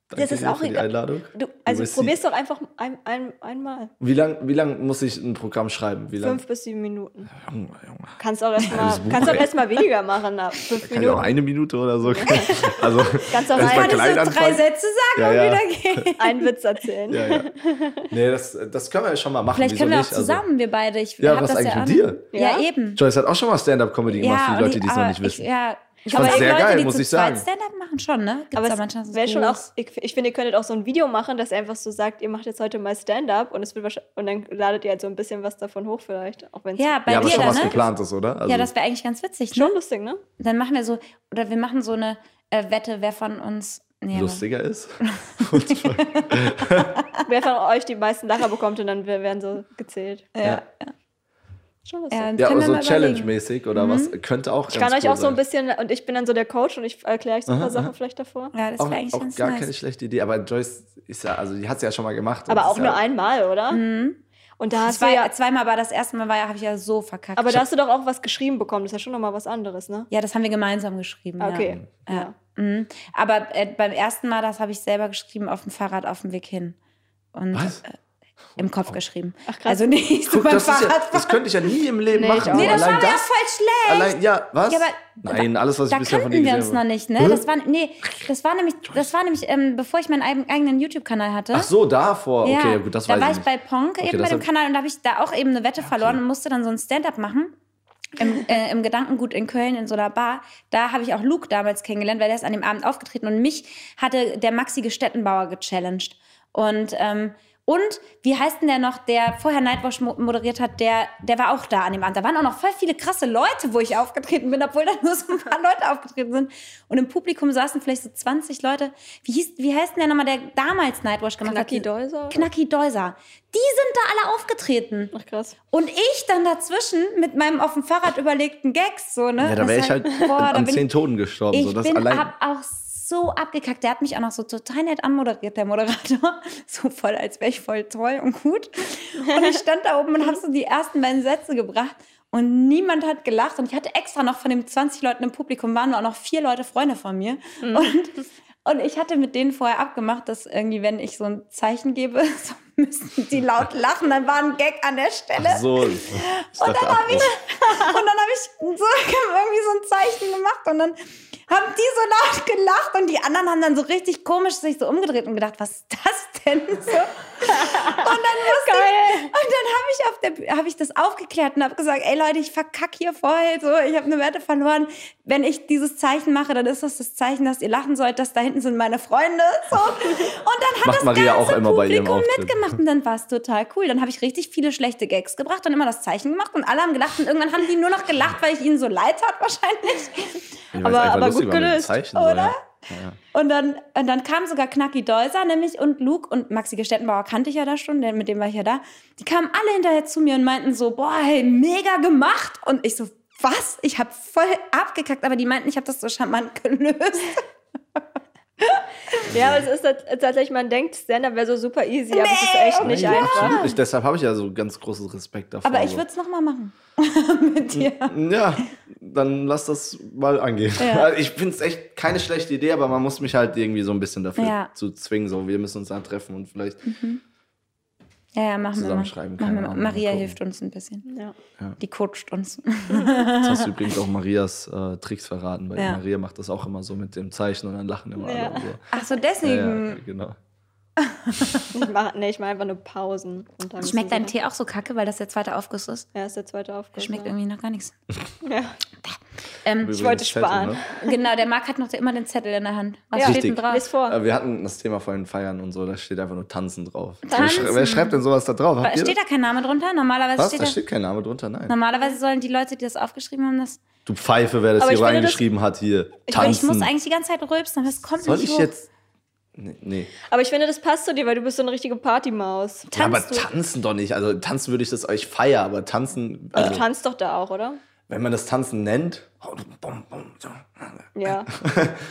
Speaker 2: Danke
Speaker 3: Das ist
Speaker 2: dir
Speaker 3: auch
Speaker 2: für die
Speaker 3: egal.
Speaker 2: Einladung.
Speaker 3: Du, also
Speaker 2: bist
Speaker 3: probier's doch einfach ein, ein, einmal.
Speaker 2: Wie lang, wie lang muss ich ein Programm schreiben? Wie lang?
Speaker 3: Fünf bis sieben Minuten.
Speaker 2: Junge, Junge.
Speaker 3: Kannst auch erstmal
Speaker 2: das Buch,
Speaker 3: kannst auch
Speaker 2: ey.
Speaker 3: erstmal weniger machen nach fünf
Speaker 2: Kann ja auch
Speaker 3: Minuten.
Speaker 2: eine Minute oder so. [LAUGHS] Also,
Speaker 3: Kannst auch
Speaker 2: erst mal
Speaker 3: ein-
Speaker 1: Kannst
Speaker 2: klein
Speaker 1: du drei
Speaker 2: anfangen.
Speaker 1: Sätze sagen
Speaker 2: Ja, ja.
Speaker 1: und
Speaker 2: [LAUGHS]
Speaker 1: wieder gehen?
Speaker 3: Einen Witz erzählen.
Speaker 2: Ja, ja. Nee, das, das können wir ja schon mal machen.
Speaker 1: Vielleicht
Speaker 2: Wieso
Speaker 1: können wir auch
Speaker 2: nicht? Also-
Speaker 1: zusammen, wir beide. Ich
Speaker 2: Ja,
Speaker 1: hab
Speaker 2: was
Speaker 1: das ja
Speaker 2: eigentlich mit
Speaker 1: an-
Speaker 2: dir?
Speaker 1: Ja,
Speaker 3: Ja?
Speaker 1: eben.
Speaker 2: Joyce hat auch schon mal Stand-up Comedy gemacht, für die
Speaker 1: und
Speaker 2: Leute, die es noch
Speaker 1: aber
Speaker 2: nicht wissen.
Speaker 1: Ich, ja, ich
Speaker 2: fand's sehr geil, muss ich sagen.
Speaker 1: Stand-up machen schon, ne? Gibt's
Speaker 3: Aber
Speaker 1: da
Speaker 3: es
Speaker 1: manchmal so
Speaker 3: wäre schon auch,
Speaker 1: Schools?
Speaker 3: ich, ich finde, ihr könntet auch so ein Video machen, dass ihr einfach so sagt, ihr macht jetzt heute mal Stand-up und es wird wahrscheinlich, und dann ladet ihr halt so ein bisschen was davon hoch vielleicht. Auch wenn es
Speaker 1: Ja, bei
Speaker 2: ja, aber
Speaker 1: dir
Speaker 2: schon
Speaker 1: dann,
Speaker 2: was
Speaker 1: ne?
Speaker 2: geplantes, oder? Also,
Speaker 1: ja, das wäre eigentlich ganz witzig, ne?
Speaker 3: schon lustig, ne?
Speaker 1: Dann machen wir so, oder wir machen so eine äh, Wette, wer von uns. Nee, aber-
Speaker 2: lustiger ist.
Speaker 3: Wer von euch die meisten Lacher bekommt und dann wir- werden so gezählt.
Speaker 2: ja.
Speaker 3: Schon lustig.
Speaker 1: Ja,
Speaker 2: Ja,
Speaker 1: können wir
Speaker 2: aber so
Speaker 1: mal überlegen. Mhm.
Speaker 2: Challenge-mäßig oder was könnte auch.
Speaker 3: ich kann euch auch so ein bisschen, und ich bin dann so der Coach und ich erkläre euch so ein paar Sachen vielleicht davor.
Speaker 1: Ja, das
Speaker 2: Auch,
Speaker 1: wäre eigentlich
Speaker 2: auch
Speaker 1: ganz
Speaker 2: gar
Speaker 1: nice.
Speaker 2: keine schlechte Idee, aber Joyce ist ja, also die hat es ja schon mal gemacht.
Speaker 3: Aber
Speaker 2: Das
Speaker 3: auch
Speaker 2: ist
Speaker 3: nur
Speaker 2: ja,
Speaker 3: einmal, oder? Und da hast
Speaker 1: Mhm. Das war
Speaker 3: du
Speaker 1: ja,
Speaker 3: ja,
Speaker 1: zweimal, aber das erste Mal war ja, habe ich ja so verkackt.
Speaker 3: aber da hast du doch auch was geschrieben bekommen. Das ist ja schon nochmal was anderes, ne?
Speaker 1: ja, das haben wir gemeinsam geschrieben.
Speaker 3: Ah, Okay.
Speaker 1: Ja.
Speaker 3: Ja.
Speaker 1: Ja. Mhm. Aber äh, beim ersten Mal, das habe ich selber geschrieben auf dem Fahrrad auf dem Weg hin. Und
Speaker 2: Was?
Speaker 1: Äh, im Kopf geschrieben.
Speaker 3: Ach, krass.
Speaker 1: Also nicht so
Speaker 2: Guck,
Speaker 1: beim
Speaker 2: das, ist ja,
Speaker 1: Fahrrad.
Speaker 2: das könnte ich ja nie im Leben
Speaker 3: Nee, ich
Speaker 2: machen.
Speaker 3: auch
Speaker 2: so
Speaker 3: nicht.
Speaker 1: Nee, das
Speaker 2: allein
Speaker 1: war mir ja voll schlecht.
Speaker 2: Allein, ja, was?
Speaker 1: Ja, aber
Speaker 2: Nein, alles, was ich
Speaker 1: Da
Speaker 2: bisher von dir
Speaker 1: kannten wir
Speaker 2: gesehen
Speaker 1: uns noch
Speaker 2: habe.
Speaker 1: nicht, ne?
Speaker 2: Hä?
Speaker 1: Das war, nee, das war nämlich, das war nämlich ähm, bevor ich meinen eigen- eigenen YouTube-Kanal hatte.
Speaker 2: Ach so, davor.
Speaker 1: ja,
Speaker 2: Okay, ja, gut, das
Speaker 1: da
Speaker 2: weiß
Speaker 1: war
Speaker 2: ich
Speaker 1: ich
Speaker 2: nicht.
Speaker 1: bei Ponk
Speaker 2: Okay,
Speaker 1: eben bei
Speaker 2: das
Speaker 1: dem
Speaker 2: hab-
Speaker 1: Kanal und da habe ich da auch eben eine Wette verloren und musste dann so ein Stand-up machen.
Speaker 2: [LAUGHS]
Speaker 1: Im, äh, Im Gedankengut in Köln in so einer Bar. Da habe ich auch Luke damals kennengelernt, weil der ist an dem Abend aufgetreten und mich hatte der Maxi Gestettenbauer gechallenged. Und, ähm, Und wie heißt denn der noch, der vorher Nightwatch mo- moderiert hat, der, der war auch da an dem Abend. Da waren auch noch voll viele krasse Leute, wo ich aufgetreten bin, obwohl da nur so ein paar Leute aufgetreten sind. Und im Publikum saßen vielleicht so 20 Leute. Wie, hieß, wie heißt denn der nochmal, der damals Nightwatch gemacht
Speaker 3: Knacki
Speaker 1: hat?
Speaker 3: Deuser?
Speaker 1: Knacki Deuser. Die sind da alle aufgetreten.
Speaker 3: Ach krass.
Speaker 1: Und ich dann dazwischen mit meinem auf dem Fahrrad überlegten Gags, so, ne?
Speaker 2: Ja, da wäre
Speaker 1: Das
Speaker 2: ich halt
Speaker 1: boah, da
Speaker 2: an
Speaker 1: bin
Speaker 2: zehn
Speaker 1: ich-
Speaker 2: Toten gestorben.
Speaker 1: Ich
Speaker 2: so, das
Speaker 1: bin
Speaker 2: allein.
Speaker 1: ab, auch so abgekackt. Der hat mich auch noch so total nett anmoderiert, der Moderator. [LAUGHS] So voll, als wäre ich voll toll und gut. Und ich stand da oben und habe so die ersten beiden Sätze gebracht. Und niemand hat gelacht. Und ich hatte extra noch von den 20 Leuten im Publikum, waren nur auch noch vier Leute Freunde von mir. Und, und ich hatte mit denen vorher abgemacht, dass irgendwie, wenn ich so ein Zeichen gebe, [LAUGHS] so müssten die laut lachen. Dann war ein Gag an der Stelle.
Speaker 2: Ach [LAUGHS] so. Ich
Speaker 1: Und dann
Speaker 2: dachte,
Speaker 1: habe ich,
Speaker 2: Abbruch.
Speaker 1: und dann hab ich so, [LAUGHS] irgendwie so ein Zeichen gemacht und dann haben die so laut gelacht und die anderen haben dann so richtig komisch sich so umgedreht und gedacht, was ist das denn? So. Und dann musste ich, und dann habe ich, auf der Büh- hab ich das aufgeklärt und habe gesagt, ey Leute, ich verkack hier voll, so, ich habe eine Wette verloren. Wenn ich dieses Zeichen mache, dann ist das das Zeichen, dass ihr lachen sollt, dass da hinten sind meine Freunde. So. Und dann hat
Speaker 2: Macht
Speaker 1: das
Speaker 2: Maria auch
Speaker 1: ganze
Speaker 2: immer bei ihrem
Speaker 1: Publikum
Speaker 2: Auftritt.
Speaker 1: mitgemacht und dann war es total cool. Dann habe ich richtig viele schlechte Gags gebracht und immer das Zeichen gemacht und alle haben gelacht und irgendwann haben die nur noch gelacht, weil ich ihnen so leid tat wahrscheinlich. aber-
Speaker 2: Ich einfach
Speaker 1: aber
Speaker 2: lustig
Speaker 1: gut
Speaker 2: war mit dem
Speaker 1: gelöst,
Speaker 2: Zeichen,
Speaker 1: oder?
Speaker 2: So, ja. Ja.
Speaker 1: Und dann, und dann kam sogar Knacki Deuser nämlich und Luke und Maxi Gestettenbauer kannte ich ja da schon, denn mit dem war ich ja da. Die kamen alle hinterher zu mir und meinten so, boah, hey, mega gemacht. Und ich so, was? Ich habe voll abgekackt, aber die meinten, ich habe das so charmant [LAUGHS] gelöst.
Speaker 3: Ja, aber es ist tats- tatsächlich, man denkt, Stand-up wäre so super easy, aber es ist echt nicht
Speaker 2: Nein,
Speaker 3: einfach.
Speaker 2: absolut nicht. Deshalb habe ich ja so ganz großen Respekt davor.
Speaker 1: Aber ich
Speaker 2: so.
Speaker 1: würde es nochmal machen. [LAUGHS] mit dir.
Speaker 2: Ja, dann lass das mal angehen.
Speaker 1: Ja.
Speaker 2: Also ich finde es echt keine schlechte Idee, aber man muss mich halt irgendwie so ein bisschen dafür
Speaker 1: Ja.
Speaker 2: zu zwingen. So, wir müssen uns dann treffen
Speaker 1: [LAUGHS]
Speaker 2: und vielleicht.
Speaker 1: Ja, ja, machen wir mal.
Speaker 2: Zusammenschreiben,
Speaker 1: Machen
Speaker 2: keine
Speaker 1: wir mal.
Speaker 2: Ahnung,
Speaker 1: Maria
Speaker 2: gucken.
Speaker 1: hilft uns ein bisschen.
Speaker 3: Ja.
Speaker 1: Die coacht uns.
Speaker 2: Jetzt hast du übrigens auch Marias äh, Tricks verraten, weil
Speaker 1: Ja.
Speaker 2: Maria macht das auch immer so mit dem Zeichen und dann lachen immer
Speaker 3: Ja.
Speaker 2: alle. Und so.
Speaker 1: [LAUGHS] Ach so,
Speaker 2: Ja, ja,
Speaker 1: deswegen.
Speaker 2: genau.
Speaker 3: Ich mach, nee, ich mache einfach nur Pausen. Und dann
Speaker 1: Schmeckt dein
Speaker 3: müssen sie-
Speaker 1: Tee auch so kacke, weil das der zweite Aufguss ist?
Speaker 3: Ja, ist der zweite Aufguss.
Speaker 1: Schmeckt
Speaker 3: ja.
Speaker 1: irgendwie nach gar
Speaker 2: [LAUGHS]
Speaker 1: nichts.
Speaker 3: Ja.
Speaker 2: Also
Speaker 1: Ähm,
Speaker 2: Übrigens
Speaker 3: wollte
Speaker 2: Zettel,
Speaker 3: sparen.
Speaker 2: ne?
Speaker 1: genau, der Marc hat noch immer den Zettel in der Hand. Was
Speaker 3: Ja.
Speaker 1: steht
Speaker 2: Richtig.
Speaker 1: denn drauf?
Speaker 3: Lies vor.
Speaker 2: Äh, Wir hatten das Thema vorhin Feiern und so, da steht einfach nur Tanzen drauf. Wer
Speaker 1: Tanzen.
Speaker 2: schrei- Wer schreibt denn sowas da drauf? Habt ihr
Speaker 1: Steht da
Speaker 2: das?
Speaker 1: kein Name drunter? Normalerweise
Speaker 2: Was?
Speaker 1: steht
Speaker 2: Da
Speaker 1: da.
Speaker 2: steht kein Name drunter, nein.
Speaker 1: Normalerweise sollen die Leute, die das aufgeschrieben haben, das.
Speaker 2: Du Pfeife, wer das
Speaker 3: Aber
Speaker 2: hier
Speaker 3: ich finde, das-
Speaker 2: reingeschrieben hat, hier.
Speaker 1: Ich,
Speaker 2: Tanzen.
Speaker 1: ich muss eigentlich die ganze Zeit rülpsen, aber es kommt
Speaker 2: Soll
Speaker 1: nicht
Speaker 2: ich
Speaker 1: hoch. [LAUGHS]
Speaker 2: jetzt. Nee. nee.
Speaker 3: Aber ich finde, das passt zu dir, weil du bist so eine richtige Partymaus.
Speaker 2: Ja,
Speaker 1: Tanzt
Speaker 2: aber
Speaker 1: du?
Speaker 2: tanzen doch nicht. Also tanzen würde ich das euch feiern, aber tanzen,
Speaker 3: Du
Speaker 2: also,
Speaker 3: tanzt doch da auch, oder?
Speaker 2: wenn man das Tanzen nennt. oh, Bum, bum, so. [LAUGHS]
Speaker 3: Ja.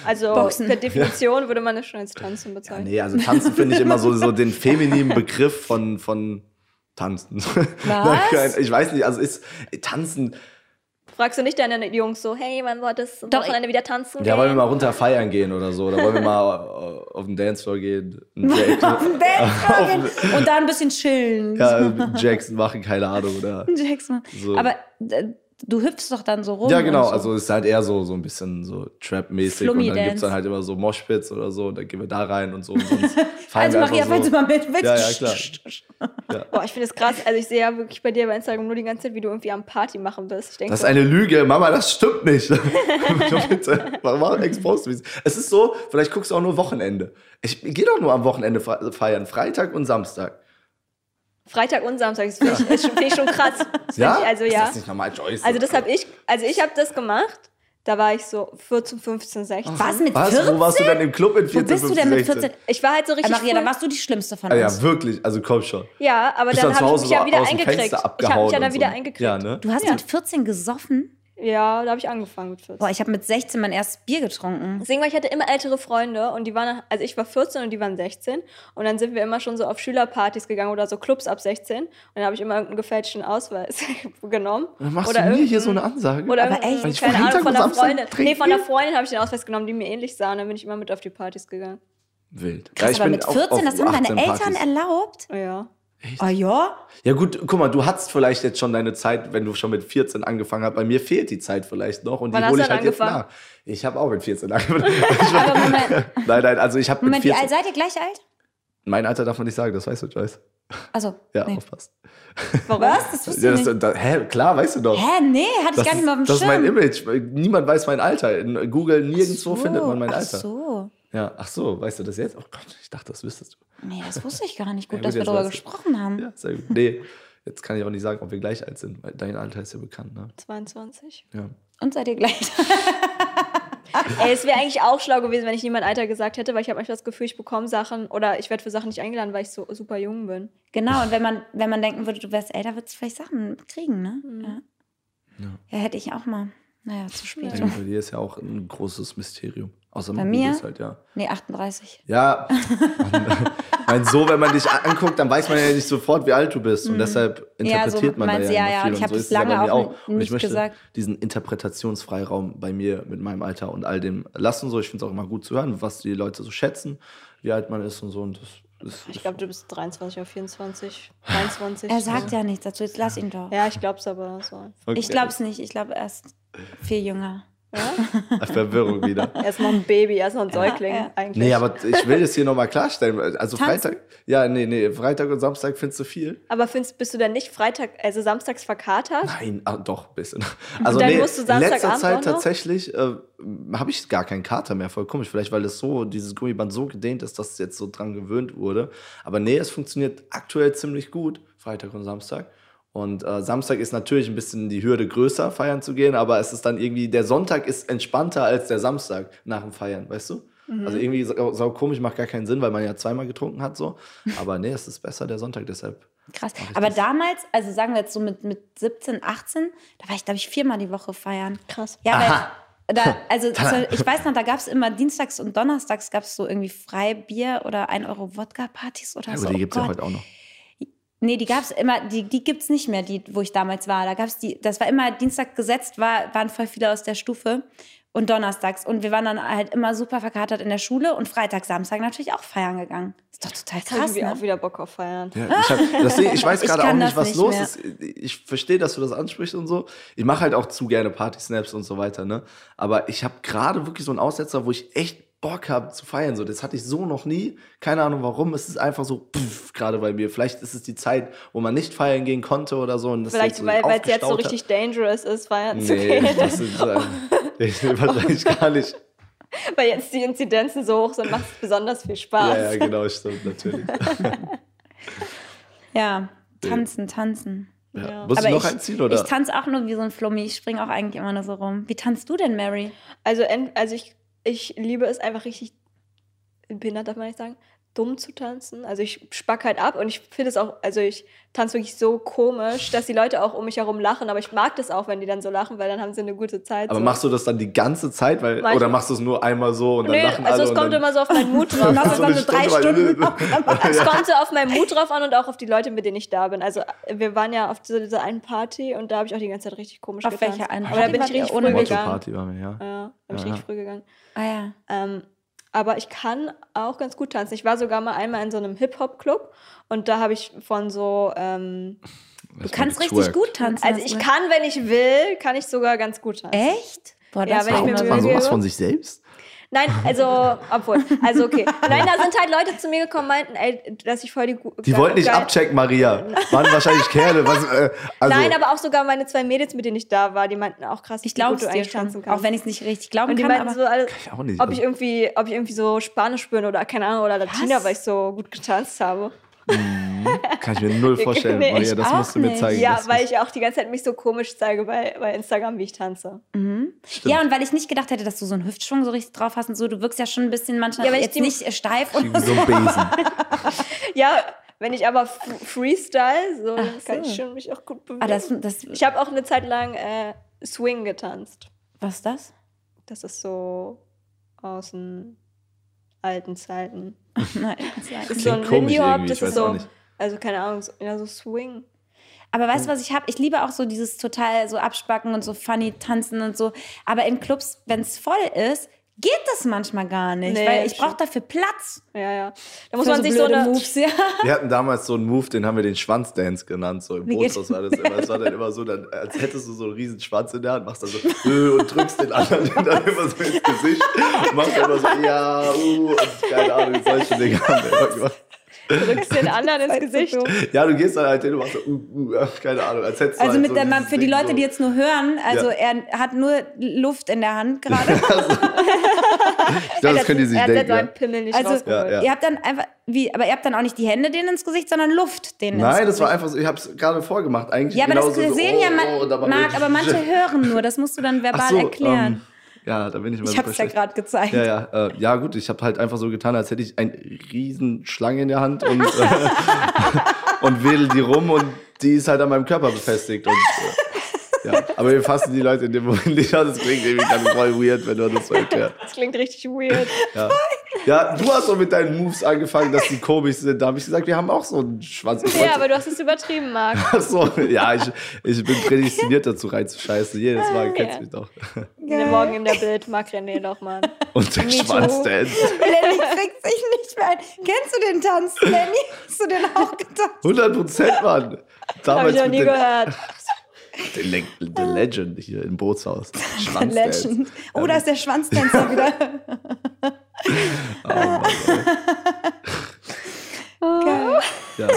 Speaker 3: Also
Speaker 1: Boxen.
Speaker 3: per Definition würde man das schon als Tanzen
Speaker 2: Ja,
Speaker 3: bezeichnen.
Speaker 2: nee, also tanzen finde ich immer so, so den femininen Begriff von, von tanzen. [LAUGHS] Nein, ich weiß nicht, also ist tanzen.
Speaker 3: Fragst du nicht deine Jungs so, hey, wann war das am
Speaker 1: Doch,
Speaker 3: Wochenende wieder tanzen?
Speaker 2: Ja,
Speaker 3: gehen?
Speaker 2: wollen wir mal runter feiern gehen oder so. Oder wollen wir mal äh, auf den Dancefloor gehen? einen Jack- [LAUGHS]
Speaker 1: Bäh, Und da ein bisschen chillen.
Speaker 2: ja, einen Jackson machen, keine Ahnung. Oder.
Speaker 1: Jackson.
Speaker 2: So.
Speaker 1: Aber äh, du hüpfst doch dann so rum.
Speaker 2: Ja,
Speaker 1: und
Speaker 2: genau.
Speaker 1: so.
Speaker 2: Also es ist halt eher so, so ein bisschen so Trap-mäßig. Und dann
Speaker 1: Flummi-Dance.
Speaker 2: gibt es dann halt immer so Moshpits oder so. Und dann gehen wir da rein und so. Und sonst feiern
Speaker 1: Also
Speaker 2: wir
Speaker 1: Maria,
Speaker 2: einfach
Speaker 1: willst
Speaker 2: so.
Speaker 1: du mal mit? Willst
Speaker 2: Ja,
Speaker 1: du-
Speaker 2: ja, klar.
Speaker 1: Äh,
Speaker 3: Boah, ich finde es krass. Also ich sehe ja wirklich bei dir bei Instagram nur die ganze Zeit, wie du irgendwie am Party machen bist. Ich denke,
Speaker 2: Das ist eine Lüge, Mama, das stimmt nicht. [LAUGHS] Bitte, warum exposed mich? Es ist so, vielleicht guckst du auch nur Wochenende. Ich gehe doch nur am Wochenende fre- feiern, Freitag und Samstag.
Speaker 3: Freitag und Samstag das finde ich, das finde ich schon krass.
Speaker 2: [LAUGHS]
Speaker 3: Das
Speaker 2: Ja?
Speaker 3: finde Ich, also ja.
Speaker 2: Ist das nicht normal, Joyce?
Speaker 3: Also das habe ich, also ich habe das gemacht. Da war ich so 14, 15, 16.
Speaker 1: Was mit
Speaker 2: Was?
Speaker 1: 14?
Speaker 2: Wo warst du denn im Club in 14,
Speaker 1: Wo bist du denn mit
Speaker 2: 15,
Speaker 1: 14?
Speaker 3: Ich war halt so richtig.
Speaker 1: Ey, Maria,
Speaker 3: cool.
Speaker 1: da warst du die Schlimmste von
Speaker 2: Ah,
Speaker 1: uns.
Speaker 2: ja, wirklich. Also komm schon.
Speaker 3: ja, aber
Speaker 2: Bist
Speaker 3: dann
Speaker 2: zu
Speaker 3: habe ich
Speaker 2: Hause
Speaker 3: mich
Speaker 2: so
Speaker 3: ja wieder
Speaker 2: aus dem
Speaker 3: eingekriegt. Ich
Speaker 2: Fenster
Speaker 3: habe mich ja
Speaker 2: abgehauen
Speaker 3: dann
Speaker 2: und
Speaker 3: wieder
Speaker 2: so.
Speaker 3: eingekriegt.
Speaker 2: Ja, ne?
Speaker 1: Du hast mit 14 gesoffen?
Speaker 3: Ja, da habe ich angefangen mit 14.
Speaker 1: Boah, ich habe mit 16 mein erstes Bier getrunken.
Speaker 3: Deswegen, weil ich hatte immer ältere Freunde und die waren, also ich war 14 und die waren 16 und dann sind wir immer schon so auf Schülerpartys gegangen oder so Clubs ab 16 und dann habe ich immer irgendeinen gefälschten Ausweis [LAUGHS] genommen.
Speaker 2: Dann machst
Speaker 3: oder
Speaker 2: du mir hier
Speaker 3: irgendeinen-
Speaker 2: so eine Ansage?
Speaker 3: Oder
Speaker 1: Aber
Speaker 3: irgendeinen-
Speaker 1: echt? Ich
Speaker 3: keine Ahnung,
Speaker 2: Freitag
Speaker 3: von
Speaker 2: und
Speaker 3: der
Speaker 2: Samstag
Speaker 3: Freundin. Nee, von der
Speaker 2: trinken?
Speaker 3: Freundin habe ich den Ausweis genommen, die mir ähnlich sahen, dann bin ich immer mit auf die Partys gegangen.
Speaker 2: Wild.
Speaker 1: Krass,
Speaker 2: ja, ich
Speaker 1: aber
Speaker 2: bin
Speaker 1: mit
Speaker 2: auch
Speaker 1: 14,
Speaker 2: auf
Speaker 1: das haben deine
Speaker 2: 18
Speaker 1: Eltern
Speaker 2: Partys.
Speaker 1: erlaubt?
Speaker 3: Ja.
Speaker 1: Oh ja?
Speaker 2: Ja gut, guck mal, du hattest vielleicht jetzt schon deine Zeit, wenn du schon mit 14 angefangen hast. Bei mir fehlt die Zeit vielleicht noch und
Speaker 3: Wann
Speaker 2: die
Speaker 3: hast
Speaker 2: hole
Speaker 3: du
Speaker 2: ich
Speaker 3: denn
Speaker 2: halt jetzt
Speaker 3: angefangen?
Speaker 2: nach. Ich habe auch mit 14 angefangen.
Speaker 1: [LAUGHS]
Speaker 2: Ich war-
Speaker 1: Aber Moment,
Speaker 2: nein, nein, also ich habe mit
Speaker 1: Moment wie alt
Speaker 2: 14.
Speaker 1: seid ihr gleich alt?
Speaker 2: Mein Alter darf man nicht sagen, das weißt du, Joyce.
Speaker 1: Also,
Speaker 2: Ja, [LAUGHS]
Speaker 1: nee.
Speaker 2: aufpasst.
Speaker 3: Warum?
Speaker 1: Was? Das wusste
Speaker 2: Ja,
Speaker 1: ich
Speaker 2: das,
Speaker 1: nicht.
Speaker 2: da, hä, klar, weißt du doch.
Speaker 1: Hä, nee, hatte ich
Speaker 2: Das,
Speaker 1: gar nicht
Speaker 2: ist-
Speaker 1: mal auf dem
Speaker 2: das ist mein
Speaker 1: Schirm.
Speaker 2: Image. Niemand weiß mein Alter. In Google nirgendwo
Speaker 1: So,
Speaker 2: findet man mein
Speaker 1: ach
Speaker 2: Alter.
Speaker 1: so.
Speaker 2: Ja, ach so, weißt du das jetzt? Oh Gott, ich dachte, das wüsstest du.
Speaker 1: Nee, das wusste ich gar nicht. Gut,
Speaker 2: Ja,
Speaker 1: dass
Speaker 2: gut,
Speaker 1: wir
Speaker 2: jetzt
Speaker 1: darüber
Speaker 2: weißt du.
Speaker 1: gesprochen haben.
Speaker 2: Ja, sehr gut. Nee, jetzt kann ich auch nicht sagen, ob wir gleich alt sind, weil dein Alter ist ja bekannt, ne?
Speaker 3: 22.
Speaker 2: Ja.
Speaker 1: Und seid ihr gleich da?
Speaker 3: Ey, es wäre eigentlich auch schlau gewesen, wenn ich niemand Alter gesagt hätte, weil ich habe manchmal das Gefühl, ich bekomme Sachen oder ich werde für Sachen nicht eingeladen, weil ich so super jung bin.
Speaker 1: Genau, und wenn man, wenn man denken würde, du wärst älter, würdest du vielleicht Sachen kriegen, ne?
Speaker 3: Mhm.
Speaker 1: Ja.
Speaker 2: Ja.
Speaker 1: ja. hätte ich auch mal. Naja, zu spät.
Speaker 2: Denn Bei dir ist ja auch ein großes Mysterium. Außer man
Speaker 1: mir?
Speaker 2: googelt halt, ja.
Speaker 1: Nee, 38.
Speaker 2: Ja, man, mein, so, wenn man dich a- anguckt, dann weiß man ja nicht sofort, wie alt du bist. Und
Speaker 1: Mhm.
Speaker 2: deshalb interpretiert man da
Speaker 1: meinst
Speaker 2: ja,
Speaker 1: du, ja,
Speaker 2: immer
Speaker 1: ja,
Speaker 2: viel.
Speaker 1: und ich
Speaker 2: und
Speaker 1: hab
Speaker 2: so
Speaker 1: das
Speaker 2: ist es ja
Speaker 1: lange
Speaker 2: bei mir
Speaker 1: auch
Speaker 2: auch. Und
Speaker 1: nicht
Speaker 2: ich möchte
Speaker 1: gesagt.
Speaker 2: diesen Interpretationsfreiraum bei mir mit meinem Alter und all dem lassen. So, ich finde es auch immer gut zu hören, was die Leute so schätzen, wie alt man ist und so. Und das ist,
Speaker 3: Ich glaube, du bist 23 oder 24, 23.
Speaker 1: Er sagt ja nichts dazu, jetzt lass ihn doch.
Speaker 3: Ja, ich glaube es aber so.
Speaker 2: Okay.
Speaker 1: Ich glaube es nicht, ich glaube, er ist viel jünger.
Speaker 3: Ja?
Speaker 2: Verwirrung wieder.
Speaker 3: Er ist noch ein Baby, er ist noch ein Säugling
Speaker 1: ja.
Speaker 3: eigentlich.
Speaker 2: Nee, aber ich will das hier nochmal klarstellen.
Speaker 1: Tanzen?
Speaker 2: Also Freitag, ja, nee, nee, Freitag und Samstag findest du viel.
Speaker 3: Aber findest, bist du denn nicht Freitag, also samstags verkatert?
Speaker 2: Nein, ah, doch, ein
Speaker 3: [LAUGHS]
Speaker 2: bisschen. Also
Speaker 3: dann
Speaker 2: nee,
Speaker 3: musst du
Speaker 2: in letzter
Speaker 3: Samstagabend auch
Speaker 2: Zeit
Speaker 3: noch?
Speaker 2: tatsächlich äh, habe ich gar keinen Kater mehr, voll komisch. Vielleicht, weil es so, dieses Gummiband so gedehnt ist, dass es jetzt so dran gewöhnt wurde. Aber nee, es funktioniert aktuell ziemlich gut, Freitag und Samstag. Und äh, Samstag ist natürlich ein bisschen die Hürde größer, feiern zu gehen, aber es ist dann irgendwie, der Sonntag ist entspannter als der Samstag nach dem Feiern, weißt du?
Speaker 3: Mhm.
Speaker 2: Also irgendwie sau, sau komisch, macht gar keinen Sinn, weil man ja zweimal getrunken hat so. Aber nee, es ist besser der Sonntag, deshalb.
Speaker 1: Krass.
Speaker 2: Mach ich
Speaker 1: Aber
Speaker 2: das?
Speaker 1: damals, also sagen wir jetzt so mit, mit 17, 18, da war ich, glaube ich, viermal die Woche feiern.
Speaker 3: Krass.
Speaker 1: Ja,
Speaker 2: Aha. Hm.
Speaker 1: weil da, also zu, ich weiß noch, da gab es immer dienstags und donnerstags gab es so irgendwie Freibier oder 1 Euro Wodka-Partys oder so.
Speaker 2: Also, die
Speaker 1: Oh
Speaker 2: gibt es ja
Speaker 1: Gott.
Speaker 2: heute auch noch.
Speaker 1: Nee, die gab es immer, die, die gibt es nicht mehr, die, wo ich damals war. Da gab's die, das war immer Dienstag gesetzt, war, waren voll viele aus der Stufe und donnerstags. Und wir waren dann halt immer super verkatert in der Schule und Freitag, Samstag natürlich auch feiern gegangen. Ist doch total
Speaker 3: Jetzt haben
Speaker 1: krass.
Speaker 3: wir
Speaker 1: Ne?
Speaker 3: auch wieder Bock auf Feiern.
Speaker 2: Ja, ich, hab, deswegen, ich weiß
Speaker 1: Ich
Speaker 2: gerade auch
Speaker 1: kann
Speaker 2: nicht,
Speaker 1: das
Speaker 2: was
Speaker 1: nicht
Speaker 2: los
Speaker 1: mehr.
Speaker 2: ist. Ich verstehe, dass du das ansprichst und so. Ich mache halt auch zu gerne Party-Snaps und so weiter, ne? Aber ich habe gerade wirklich so einen Aussetzer, wo ich echt Bock habe zu feiern. So, das hatte ich so noch nie. Keine Ahnung warum. Es ist einfach so pff, gerade bei mir. Vielleicht ist es die Zeit, wo man nicht feiern gehen konnte oder so. Und das
Speaker 3: Vielleicht,
Speaker 2: jetzt so
Speaker 3: weil weil es jetzt so
Speaker 2: aufgestaut hat.
Speaker 3: richtig Oh. dangerous ist, feiern zu
Speaker 2: Nee,
Speaker 3: gehen.
Speaker 2: [LAUGHS] das
Speaker 3: [LAUGHS]
Speaker 2: ist äh, so ein, nee, wahrscheinlich gar nicht.
Speaker 3: Weil jetzt die Inzidenzen so hoch sind, macht es besonders viel Spaß.
Speaker 2: Ja, ja, genau, stimmt, natürlich.
Speaker 3: [LAUGHS]
Speaker 1: Ja, tanzen, tanzen.
Speaker 2: Ja.
Speaker 3: Ja.
Speaker 2: Muss ich noch
Speaker 1: ich,
Speaker 2: ein Ziel, Äh. oder?
Speaker 1: ich tanze auch nur wie so ein Flummi. Ich springe auch eigentlich immer nur so rum. Wie tanzt du denn, Mary?
Speaker 3: Also, en- also ich, ich liebe es einfach richtig, behindert darf man nicht sagen, dumm zu tanzen. Also ich spack halt ab und ich finde es auch, also ich tanze wirklich so komisch, dass die Leute auch um mich herum lachen, aber ich mag das auch, wenn die dann so lachen, weil dann haben sie eine gute Zeit.
Speaker 2: Aber
Speaker 3: so.
Speaker 2: machst du das dann die ganze Zeit? Weil,
Speaker 3: Manchmal-
Speaker 2: oder machst du es nur einmal so und dann
Speaker 3: Nö,
Speaker 2: lachen
Speaker 3: also
Speaker 2: alle?
Speaker 3: es
Speaker 2: und
Speaker 3: kommt
Speaker 2: dann,
Speaker 3: immer so auf meinen
Speaker 2: [LAUGHS]
Speaker 3: Mut drauf.
Speaker 1: Lass uns dann so drei
Speaker 2: weil-
Speaker 1: Stunden
Speaker 2: [LAUGHS]
Speaker 3: Es kommt so auf meinen Mut drauf an und auch auf die Leute, mit denen ich da bin. Also wir waren ja auf dieser, dieser einen Party und da habe ich auch die ganze Zeit richtig komisch
Speaker 1: Auf
Speaker 3: getanzt.
Speaker 1: welcher einen
Speaker 3: Aber da
Speaker 1: Party
Speaker 3: bin ich
Speaker 1: wart ihr?
Speaker 3: richtig
Speaker 1: Ohne
Speaker 3: früh
Speaker 1: Motto
Speaker 3: gegangen.
Speaker 2: Motto-Party war mir, ja.
Speaker 3: Ja, da bin ich
Speaker 2: Ja,
Speaker 3: richtig früh gegangen.
Speaker 1: Ah ja.
Speaker 3: Ähm, aber ich kann auch ganz gut tanzen. Ich war sogar mal einmal in so einem Hip-Hop-Club und da habe ich von so, ähm,
Speaker 1: Du kannst richtig gut tanzen.
Speaker 3: also
Speaker 1: hast
Speaker 3: ich
Speaker 1: du gesagt.
Speaker 3: kann, wenn ich will, kann ich sogar ganz gut tanzen.
Speaker 1: Echt? Boah,
Speaker 3: Ja,
Speaker 1: das
Speaker 3: wenn
Speaker 1: war
Speaker 3: ich mir
Speaker 1: immer so-
Speaker 2: Macht man
Speaker 3: Mühe
Speaker 2: sowas
Speaker 3: gebe.
Speaker 2: von sich selbst?
Speaker 3: Nein, also, obwohl, also
Speaker 1: [LAUGHS]
Speaker 3: okay. Nein, da sind halt Leute zu mir gekommen, meinten, ey, dass ich voll die... gu-
Speaker 2: Die
Speaker 3: geil-
Speaker 2: wollten nicht
Speaker 3: geil-
Speaker 2: abchecken,
Speaker 3: [LAUGHS]
Speaker 2: Maria. Waren wahrscheinlich Kerle. Was, äh, also,
Speaker 3: Nein, aber auch sogar meine zwei Mädels, mit denen ich da war, die meinten auch krass,
Speaker 1: Ich
Speaker 3: wie
Speaker 1: glaube
Speaker 3: gut
Speaker 1: es
Speaker 3: du
Speaker 1: dir
Speaker 3: eigentlich
Speaker 1: schon,
Speaker 3: tanzen
Speaker 1: auch
Speaker 3: kannst.
Speaker 1: wenn ich es nicht richtig glauben
Speaker 3: und die
Speaker 1: kann.
Speaker 3: meinten
Speaker 1: Aber
Speaker 3: so alles,
Speaker 2: ich auch nicht.
Speaker 3: ob ich
Speaker 2: also,
Speaker 3: irgendwie, ob ich irgendwie so Spanisch bin oder keine Ahnung oder Latina, weil ich so gut getanzt habe.
Speaker 2: Mhm. kann ich mir
Speaker 3: [LAUGHS]
Speaker 2: null vorstellen,
Speaker 3: Nee, ich
Speaker 2: Maria. Das
Speaker 1: auch
Speaker 2: musst du mir
Speaker 1: nicht.
Speaker 2: zeigen.
Speaker 3: Ja,
Speaker 2: das
Speaker 3: weil
Speaker 2: ist-
Speaker 3: ich auch die ganze Zeit mich so komisch zeige bei, bei Instagram, wie ich tanze.
Speaker 1: Mhm.
Speaker 2: Stimmt.
Speaker 1: Ja, und weil ich nicht gedacht hätte, dass du so einen Hüftschwung so richtig drauf hast und so, du wirkst ja schon ein bisschen manchmal
Speaker 3: Ja, wenn ich
Speaker 1: jetzt
Speaker 3: die-
Speaker 1: nicht äh, steif und
Speaker 2: Wie so
Speaker 3: [LAUGHS]
Speaker 2: ein Besen.
Speaker 3: Ja, wenn ich aber f- Freestyle, so
Speaker 1: Ach
Speaker 3: kann
Speaker 1: so.
Speaker 3: ich schon mich auch gut bewegen.
Speaker 1: ah, das, das,
Speaker 3: ich habe auch eine Zeit lang äh, Swing getanzt.
Speaker 1: was ist das? [LAUGHS]
Speaker 3: Das ist so aus den alten Zeiten.
Speaker 1: Nein, das weiß ich
Speaker 3: Das
Speaker 1: nicht.
Speaker 3: so ein
Speaker 2: Klingt komisch
Speaker 3: Lindy Hop,
Speaker 2: irgendwie,
Speaker 3: das
Speaker 2: ich
Speaker 3: ist
Speaker 2: weiß
Speaker 3: so-
Speaker 2: auch nicht.
Speaker 3: Also keine Ahnung, so, ja, so Swing.
Speaker 1: aber weißt du, was ich habe? Ich liebe auch so dieses total so abspacken und so funny tanzen und so. Aber in Clubs, wenn es voll ist, geht das manchmal gar nicht,
Speaker 3: Nee,
Speaker 1: weil ich
Speaker 3: stimmt.
Speaker 1: brauche dafür Platz.
Speaker 3: Ja, ja. Da muss
Speaker 1: für
Speaker 3: man sich so
Speaker 1: blöde
Speaker 3: eine.
Speaker 1: Moves, ja.
Speaker 2: Wir hatten damals so einen Move, den haben wir den Schwanzdance genannt. So im
Speaker 1: Wie geht-
Speaker 2: Bootshaus war das immer. Es war dann immer so, dann, als hättest du so einen riesen Schwanz in der Hand, machst dann so äh, und drückst den anderen dann immer so ins Gesicht. Und machst dann immer so, ja, uh, und keine Ahnung, solche Dinge haben wir immer gemacht.
Speaker 3: Du drückst den anderen ins
Speaker 1: halt so
Speaker 3: Gesicht.
Speaker 1: doof.
Speaker 2: Ja, du gehst dann halt hin und machst so, uh, uh, keine Ahnung, als hättest du
Speaker 1: Also
Speaker 2: halt
Speaker 1: mit
Speaker 2: so
Speaker 1: der, man-
Speaker 2: dieses
Speaker 1: für die
Speaker 2: Ding
Speaker 1: Leute,
Speaker 2: so.
Speaker 1: die jetzt nur hören, also
Speaker 2: Ja.
Speaker 1: er hat nur Luft in der Hand gerade.
Speaker 2: Ich glaube, das können die sich
Speaker 3: er hat
Speaker 2: denken.
Speaker 3: seinen
Speaker 2: Ja.
Speaker 3: Pimmel nicht
Speaker 1: Also
Speaker 2: [LAUGHS]
Speaker 3: rausgeholt.
Speaker 2: Ja, ja.
Speaker 1: ihr habt dann einfach, wie, aber ihr habt dann auch nicht die Hände denen ins Gesicht, sondern Luft denen ins
Speaker 2: Nein, das war
Speaker 1: Gesicht.
Speaker 2: einfach so, ich habe es gerade vorgemacht. Eigentlich
Speaker 1: Ja, aber
Speaker 2: genauso
Speaker 1: das sehen
Speaker 2: so, oh,
Speaker 1: ja
Speaker 2: oh,
Speaker 1: man,
Speaker 2: und dann war
Speaker 1: Marc,
Speaker 2: irgendwie-
Speaker 1: aber manche hören nur. Das musst du dann verbal
Speaker 2: Ach so,
Speaker 1: erklären.
Speaker 2: ähm, ja, da bin ich mal
Speaker 1: ich
Speaker 2: super
Speaker 1: habe es ja
Speaker 2: schlecht.
Speaker 1: gerade gezeigt.
Speaker 2: Ja, ja, äh, ja, gut, ich habe halt einfach so getan, als hätte ich eine riesen Schlange in der Hand und, äh, [LAUGHS] und wedel die rum und die ist halt an meinem Körper befestigt. Und, äh, ja. Aber wir fassen die Leute in dem Moment nicht an. Das klingt irgendwie ganz voll weird, wenn du das so erklärst.
Speaker 3: Das klingt richtig weird.
Speaker 2: Ja. ja, du hast doch mit deinen Moves angefangen, dass die komisch sind. Da habe ich gesagt, wir haben auch so einen Schwanz. Ich
Speaker 3: ja,
Speaker 2: wollte-
Speaker 3: aber du hast es übertrieben, Marc.
Speaker 2: Ach so, ja, ich, ich bin prädestiniert dazu reinzuscheißen. Jedes Mal kennst
Speaker 3: Ah, Ja.
Speaker 2: du mich doch.
Speaker 3: Geil. Morgen in der Bild, Marc René nochmal.
Speaker 2: Und der
Speaker 3: Me too.
Speaker 1: [LAUGHS]
Speaker 2: Schwanzdance.
Speaker 1: Lenny kriegt sich nicht mehr ein. Kennst du den Tanz, Lenny? Hast du den auch getanzt?
Speaker 2: 100 Prozent, Mann.
Speaker 3: Habe ich noch nie
Speaker 2: mit den-
Speaker 3: gehört.
Speaker 2: [LAUGHS] The, Le The Legend hier im [LAUGHS] Bootshaus. Schwanz
Speaker 1: [LAUGHS] Legend. Oh,
Speaker 2: Ähm.
Speaker 1: da ist der Schwanztänzer wieder.
Speaker 2: Ah.
Speaker 1: Geil.
Speaker 2: [LAUGHS] Ja.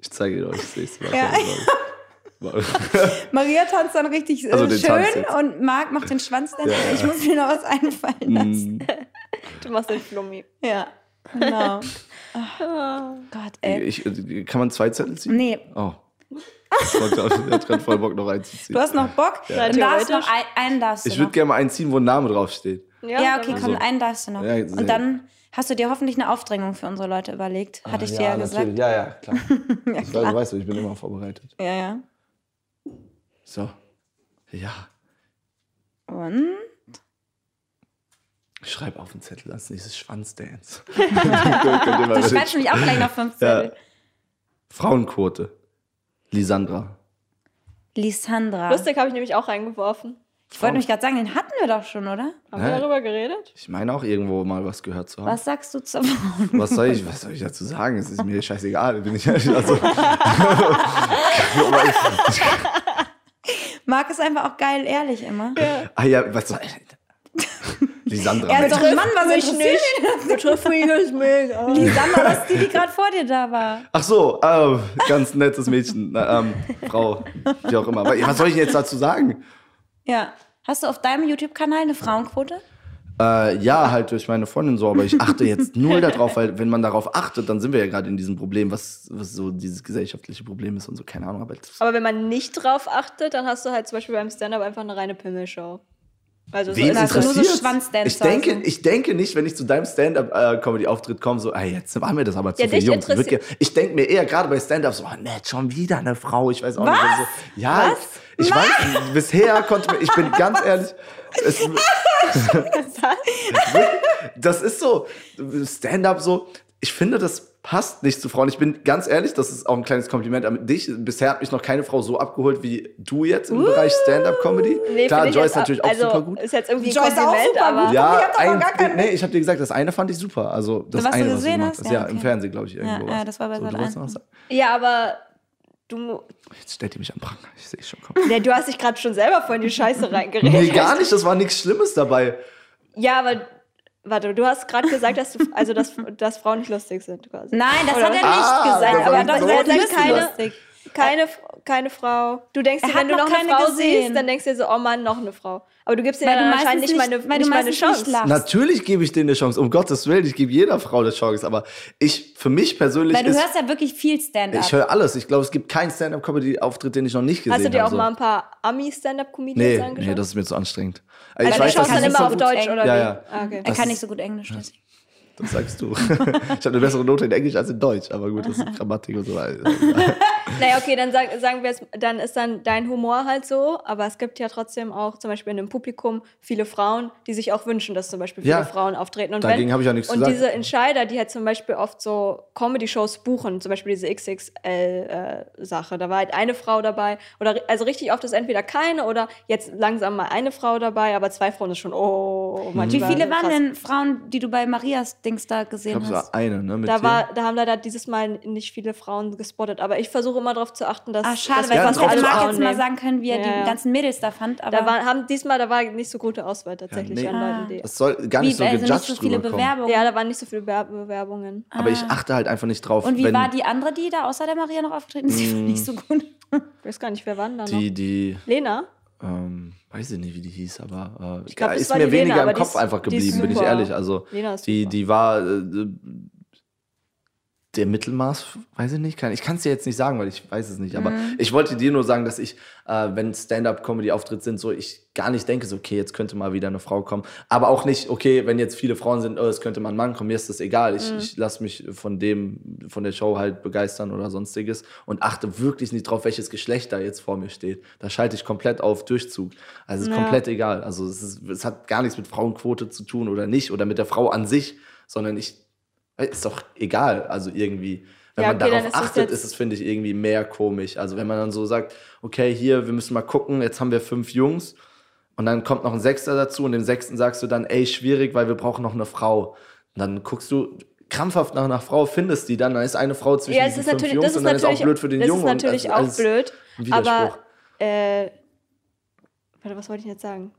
Speaker 2: Ich zeige dir euch das nächste Mal.
Speaker 1: Ja.
Speaker 2: Mal- [LAUGHS]
Speaker 1: Maria tanzt dann richtig äh,
Speaker 2: Also den Tanz
Speaker 1: schön
Speaker 2: jetzt.
Speaker 1: und Marc macht den Schwanztänzer.
Speaker 2: Ja, ja.
Speaker 1: Ich muss mir noch was einfallen lassen.
Speaker 2: Mm,
Speaker 3: Du machst den Flummi.
Speaker 1: Ja,
Speaker 2: [LAUGHS]
Speaker 1: genau.
Speaker 3: Ah.
Speaker 1: Gott, ey.
Speaker 2: ich, ich- kann man zwei Zettel ziehen?
Speaker 1: Nee,
Speaker 2: [LAUGHS] Oh. Ich wollte auch- ich hatte voll Bock noch einzuziehen.
Speaker 1: du hast noch Bock?
Speaker 3: Ja.
Speaker 1: Dann darfst du
Speaker 3: Theoretisch.
Speaker 1: noch ein, einen darfst du
Speaker 2: ich
Speaker 1: noch.
Speaker 2: würde gerne mal einen ziehen, wo ein Name draufsteht.
Speaker 1: Ja, okay,
Speaker 3: dann
Speaker 1: komm,
Speaker 2: Also-
Speaker 1: einen darfst du noch.
Speaker 2: Ja, sehr.
Speaker 1: und dann hast du dir hoffentlich eine Aufdrängung für unsere Leute überlegt. Hatte ich dir ja gesagt.
Speaker 2: Ah, Ja, ja, [LAUGHS] klar. Ich weiß, du weißt, ich bin immer vorbereitet.
Speaker 1: Ja, ja.
Speaker 2: So. Ja.
Speaker 1: Und?
Speaker 2: [LAUGHS] Ich schreibe auf den Zettel als nächstes [LAUGHS] Schwanzdance.
Speaker 1: Du schreibst nämlich auch gleich noch fünf Zettel.
Speaker 2: Frauenquote. Lisandra.
Speaker 1: Lisandra.
Speaker 3: Lustig habe ich nämlich auch reingeworfen.
Speaker 1: Ich wollte mich gerade sagen, den hatten wir doch schon, oder?
Speaker 3: Haben
Speaker 2: Hä?
Speaker 3: wir darüber geredet?
Speaker 2: Ich meine auch irgendwo mal was gehört zu haben.
Speaker 1: Was sagst du zur Frauen?
Speaker 2: Was soll ich, was soll ich dazu sagen? Es ist mir scheißegal. Bin ich also,
Speaker 1: [LAUGHS] Marc ist einfach auch geil ehrlich immer.
Speaker 2: ah ja, was soll ich? Lisandra.
Speaker 1: Er ist doch ein Mann, was
Speaker 3: Mich
Speaker 1: interessiert
Speaker 3: nicht. Betrifft mich nicht mega.
Speaker 1: Die Sandra, das ist die, die gerade vor dir da war.
Speaker 2: Ach so, äh, ganz nettes Mädchen. Na, ähm, Frau, wie auch immer. Aber Was soll ich denn jetzt dazu sagen?
Speaker 1: Ja. Hast du auf deinem YouTube-Kanal eine Frauenquote?
Speaker 2: Äh, ja, halt durch meine Freundin so, aber ich achte jetzt null darauf, weil wenn man darauf achtet, dann sind wir ja gerade in diesem Problem, was, was so dieses gesellschaftliche Problem ist und so, keine Ahnung. Aber das,
Speaker 3: Aber wenn man nicht drauf achtet, dann hast du halt zum Beispiel beim Stand-Up einfach eine reine Pimmelshow. Also so
Speaker 2: Wen
Speaker 1: Also nur so
Speaker 2: interessiert's?
Speaker 1: Schwanzdancer
Speaker 2: ich, denke,
Speaker 1: so.
Speaker 2: ich denke nicht, wenn ich zu deinem Stand-Up-Comedy-Auftritt komme, so, ah, jetzt waren wir das aber zu
Speaker 3: Ja,
Speaker 2: viel
Speaker 3: dich
Speaker 2: Jungs. Wird
Speaker 3: interessiert-
Speaker 2: ge- ich denke mir eher gerade bei Stand-Up so, ah, nett, schon wieder eine Frau, ich weiß auch nicht. Also, ja, ich, ich weiß, nicht. bisher konnte mir, ich
Speaker 3: [LAUGHS]
Speaker 2: bin ganz ehrlich, es, das ist so, Stand-up so, ich finde, das passt nicht zu Frauen. Ich bin ganz ehrlich, das ist auch ein kleines Kompliment an dich. Bisher hat mich noch keine Frau so abgeholt wie du jetzt im Bereich Stand-up-Comedy.
Speaker 3: Uh, Nee,
Speaker 2: Klar,
Speaker 3: find ich
Speaker 2: Joyce
Speaker 3: jetzt ab-
Speaker 2: natürlich auch
Speaker 3: also,
Speaker 2: super gut.
Speaker 3: Ist jetzt irgendwie ein
Speaker 1: Joyce auch
Speaker 3: Kompliment,
Speaker 1: super
Speaker 3: aber
Speaker 1: gut. [LAUGHS]
Speaker 2: Ja,
Speaker 1: Ich hab doch noch
Speaker 2: ein,
Speaker 1: gar keinen-
Speaker 2: nee, ich habe dir gesagt, das eine fand ich super. Also das
Speaker 1: Was du
Speaker 2: eine, was
Speaker 1: gesehen
Speaker 2: du gemacht
Speaker 1: hast? Ja,
Speaker 2: hast. Ja,
Speaker 1: okay.
Speaker 2: im Fernsehen, glaube ich, irgendwo.
Speaker 1: ja,
Speaker 2: war's.
Speaker 1: das war bei
Speaker 2: so, du
Speaker 1: Sat.
Speaker 2: wolltest noch
Speaker 1: 1.
Speaker 2: was sagen?
Speaker 3: ja, aber du,
Speaker 2: Jetzt stellt ihr mich am Pranger. Ich sehe
Speaker 1: [LAUGHS]
Speaker 2: schon kommen.
Speaker 3: nee, du hast dich gerade schon selber voll in die Scheiße reingeredet.
Speaker 2: Nee, gar nicht. Das war nichts Schlimmes dabei.
Speaker 3: Ja, aber warte, du hast gerade gesagt, dass, du, also, dass, dass Frauen nicht lustig sind. Quasi.
Speaker 1: Nein, das
Speaker 3: Oder?
Speaker 1: hat er nicht
Speaker 2: Ah,
Speaker 1: gesagt.
Speaker 2: das
Speaker 1: Aber
Speaker 2: war
Speaker 1: doch,
Speaker 2: so
Speaker 1: er hat gesagt,
Speaker 3: lustig.
Speaker 1: keine.
Speaker 3: Keine, F- keine Frau. Du denkst
Speaker 1: Er
Speaker 3: dir,
Speaker 1: hat
Speaker 3: wenn du
Speaker 1: noch
Speaker 3: noch, eine
Speaker 1: keine
Speaker 3: Frau
Speaker 1: gesehen.
Speaker 3: siehst, dann denkst du dir so, oh Mann, noch eine Frau. Aber du gibst dir
Speaker 1: Weil
Speaker 3: dann
Speaker 1: du
Speaker 3: anscheinend
Speaker 1: meistens
Speaker 3: nicht, meine,
Speaker 1: nicht- weil du
Speaker 3: nicht meine
Speaker 1: meistens nicht
Speaker 3: Chance.
Speaker 1: lachst.
Speaker 2: Natürlich gebe ich denen eine Chance. Um Gottes Willen, ich gebe jeder Frau eine Chance. Aber ich, für mich persönlich,
Speaker 1: Weil du
Speaker 2: ist,
Speaker 1: hörst ja wirklich viel Stand-up.
Speaker 2: ich höre alles. Ich glaube, es gibt keinen Stand-up-Comedy-Auftritt, den ich noch nicht gesehen habe.
Speaker 3: Hast du dir auch
Speaker 2: so.
Speaker 3: mal ein paar Ami-Stand-up-Comedians
Speaker 2: Nee,
Speaker 3: angeschaut?
Speaker 2: nee, das ist mir zu anstrengend.
Speaker 3: also
Speaker 2: ich
Speaker 3: du
Speaker 2: weiß, dass
Speaker 3: schaust dann
Speaker 1: das
Speaker 2: es nicht
Speaker 3: immer
Speaker 1: so
Speaker 3: auf
Speaker 1: gut
Speaker 3: Deutsch,
Speaker 1: eng-
Speaker 3: oder
Speaker 2: Ja,
Speaker 3: wie?
Speaker 2: ja.
Speaker 3: Ah, okay.
Speaker 1: er
Speaker 2: das
Speaker 1: kann
Speaker 2: ist-
Speaker 1: nicht so gut Englisch. deswegen.
Speaker 2: Das sagst du. [LAUGHS] ich habe eine bessere Note in Englisch als in Deutsch. Aber gut,
Speaker 1: [LAUGHS]
Speaker 2: das ist Grammatik und so weiter.
Speaker 3: Naja, okay, dann sag, sagen wir es, dann ist dann dein Humor halt so, aber es gibt ja trotzdem auch zum Beispiel in dem Publikum viele Frauen, die sich auch wünschen, dass zum Beispiel viele
Speaker 2: Ja.
Speaker 3: Frauen auftreten. Und
Speaker 2: Dagegen
Speaker 3: wenn-
Speaker 2: habe ich ja nichts zu
Speaker 3: Und
Speaker 2: sagen.
Speaker 3: diese Entscheider, die halt zum Beispiel oft so Comedy-Shows buchen, zum Beispiel diese XXL-Sache, da war halt eine Frau dabei, oder ri- also richtig oft ist entweder keine oder jetzt langsam mal eine Frau dabei, aber zwei Frauen ist schon,
Speaker 2: Mhm.
Speaker 3: oh,
Speaker 1: Wie
Speaker 3: manchmal.
Speaker 1: viele
Speaker 3: krass.
Speaker 1: waren denn Frauen, die du bei Marias Dings da
Speaker 2: Ich
Speaker 1: gesehen
Speaker 2: glaube, es
Speaker 1: hast?
Speaker 2: war eine, ne? Mit
Speaker 3: Da,
Speaker 2: dir.
Speaker 3: war, da haben leider dieses Mal nicht viele Frauen gespottet, aber ich versuche versuche immer darauf zu achten, dass.
Speaker 1: Ah, schade,
Speaker 3: dass
Speaker 1: weil
Speaker 3: wir
Speaker 2: Ja,
Speaker 1: sonst hätte
Speaker 2: trotzdem
Speaker 1: Marc
Speaker 2: auch
Speaker 1: jetzt mal
Speaker 3: nehmen.
Speaker 1: sagen können, wie er
Speaker 3: Ja,
Speaker 1: die
Speaker 3: ja.
Speaker 1: ganzen Mädels da fand. Aber
Speaker 3: Da war, haben, diesmal da war nicht so gute Auswahl tatsächlich
Speaker 2: nee.
Speaker 3: an
Speaker 1: Ah.
Speaker 3: Leuten, die.
Speaker 2: Es soll gar
Speaker 1: wie,
Speaker 2: nicht so
Speaker 1: also nicht
Speaker 2: gejudged
Speaker 1: so viele
Speaker 2: rüberkommen.
Speaker 1: Bewerbungen.
Speaker 3: Ja, da waren nicht so viele Bewerb- Bewerbungen.
Speaker 2: Aber ich achte halt einfach nicht drauf.
Speaker 1: Und wie
Speaker 2: wenn
Speaker 1: war die andere, die da außer der Maria noch aufgetreten ist? [LAUGHS] Die
Speaker 3: Mm.
Speaker 1: fand ich so gut.
Speaker 3: Ich weiß gar nicht, wer waren da noch?
Speaker 2: Die, die,
Speaker 3: Lena?
Speaker 2: ähm, weiß ich nicht, wie die hieß, aber äh,
Speaker 3: Ich glaub, das
Speaker 2: ist
Speaker 3: war
Speaker 2: mir
Speaker 3: die Lena,
Speaker 2: weniger
Speaker 3: aber
Speaker 2: im
Speaker 3: die
Speaker 2: Kopf
Speaker 3: ist-
Speaker 2: einfach
Speaker 3: die ist
Speaker 2: geblieben, bin ich
Speaker 3: super.
Speaker 2: ehrlich. Also
Speaker 3: Lena ist
Speaker 2: die,
Speaker 3: super.
Speaker 2: die war äh, äh, der Mittelmaß, weiß ich nicht, kann, ich kann es dir jetzt nicht sagen, weil ich weiß es nicht. Aber
Speaker 3: Mhm.
Speaker 2: ich wollte dir nur sagen, dass ich, äh, wenn Stand-up-Comedy-Auftritt sind, so ich gar nicht denke, so okay, jetzt könnte mal wieder eine Frau kommen. Aber auch nicht, okay, wenn jetzt viele Frauen sind, oh, es könnte mal ein Mann kommen, mir ist das egal.
Speaker 3: Mhm.
Speaker 2: Ich, ich lasse mich von dem, von der Show halt begeistern oder sonstiges und achte wirklich nicht drauf, welches Geschlecht da jetzt vor mir steht. Da schalte ich komplett auf Durchzug. Also es ist
Speaker 3: Ja.
Speaker 2: komplett egal. Also es, ist, es hat gar nichts mit Frauenquote zu tun oder nicht oder mit der Frau an sich, sondern ich äh, ist doch egal, also irgendwie. Wenn
Speaker 3: Ja,
Speaker 2: man
Speaker 3: okay, dann
Speaker 2: darauf
Speaker 3: ist es
Speaker 2: achtet,
Speaker 3: jetzt-
Speaker 2: ist es, finde ich, irgendwie mehr komisch. Also wenn man dann so sagt, okay, hier, wir müssen mal gucken, jetzt haben wir fünf Jungs und dann kommt noch ein Sechster dazu und dem Sechsten sagst du dann, ey, schwierig, weil wir brauchen noch eine Frau. Und dann guckst du krampfhaft nach einer Frau, findest die dann, dann ist eine Frau zwischen
Speaker 3: Ja, es
Speaker 2: diesen
Speaker 3: ist
Speaker 2: fünf
Speaker 3: natürlich,
Speaker 2: Jungs
Speaker 3: das ist
Speaker 2: und dann
Speaker 3: natürlich
Speaker 2: ist auch blöd für den
Speaker 3: das
Speaker 2: Jungen.
Speaker 3: ist natürlich
Speaker 2: und also
Speaker 3: auch blöd,
Speaker 2: ein Widerspruch.
Speaker 3: aber äh, warte, was wollte ich jetzt sagen?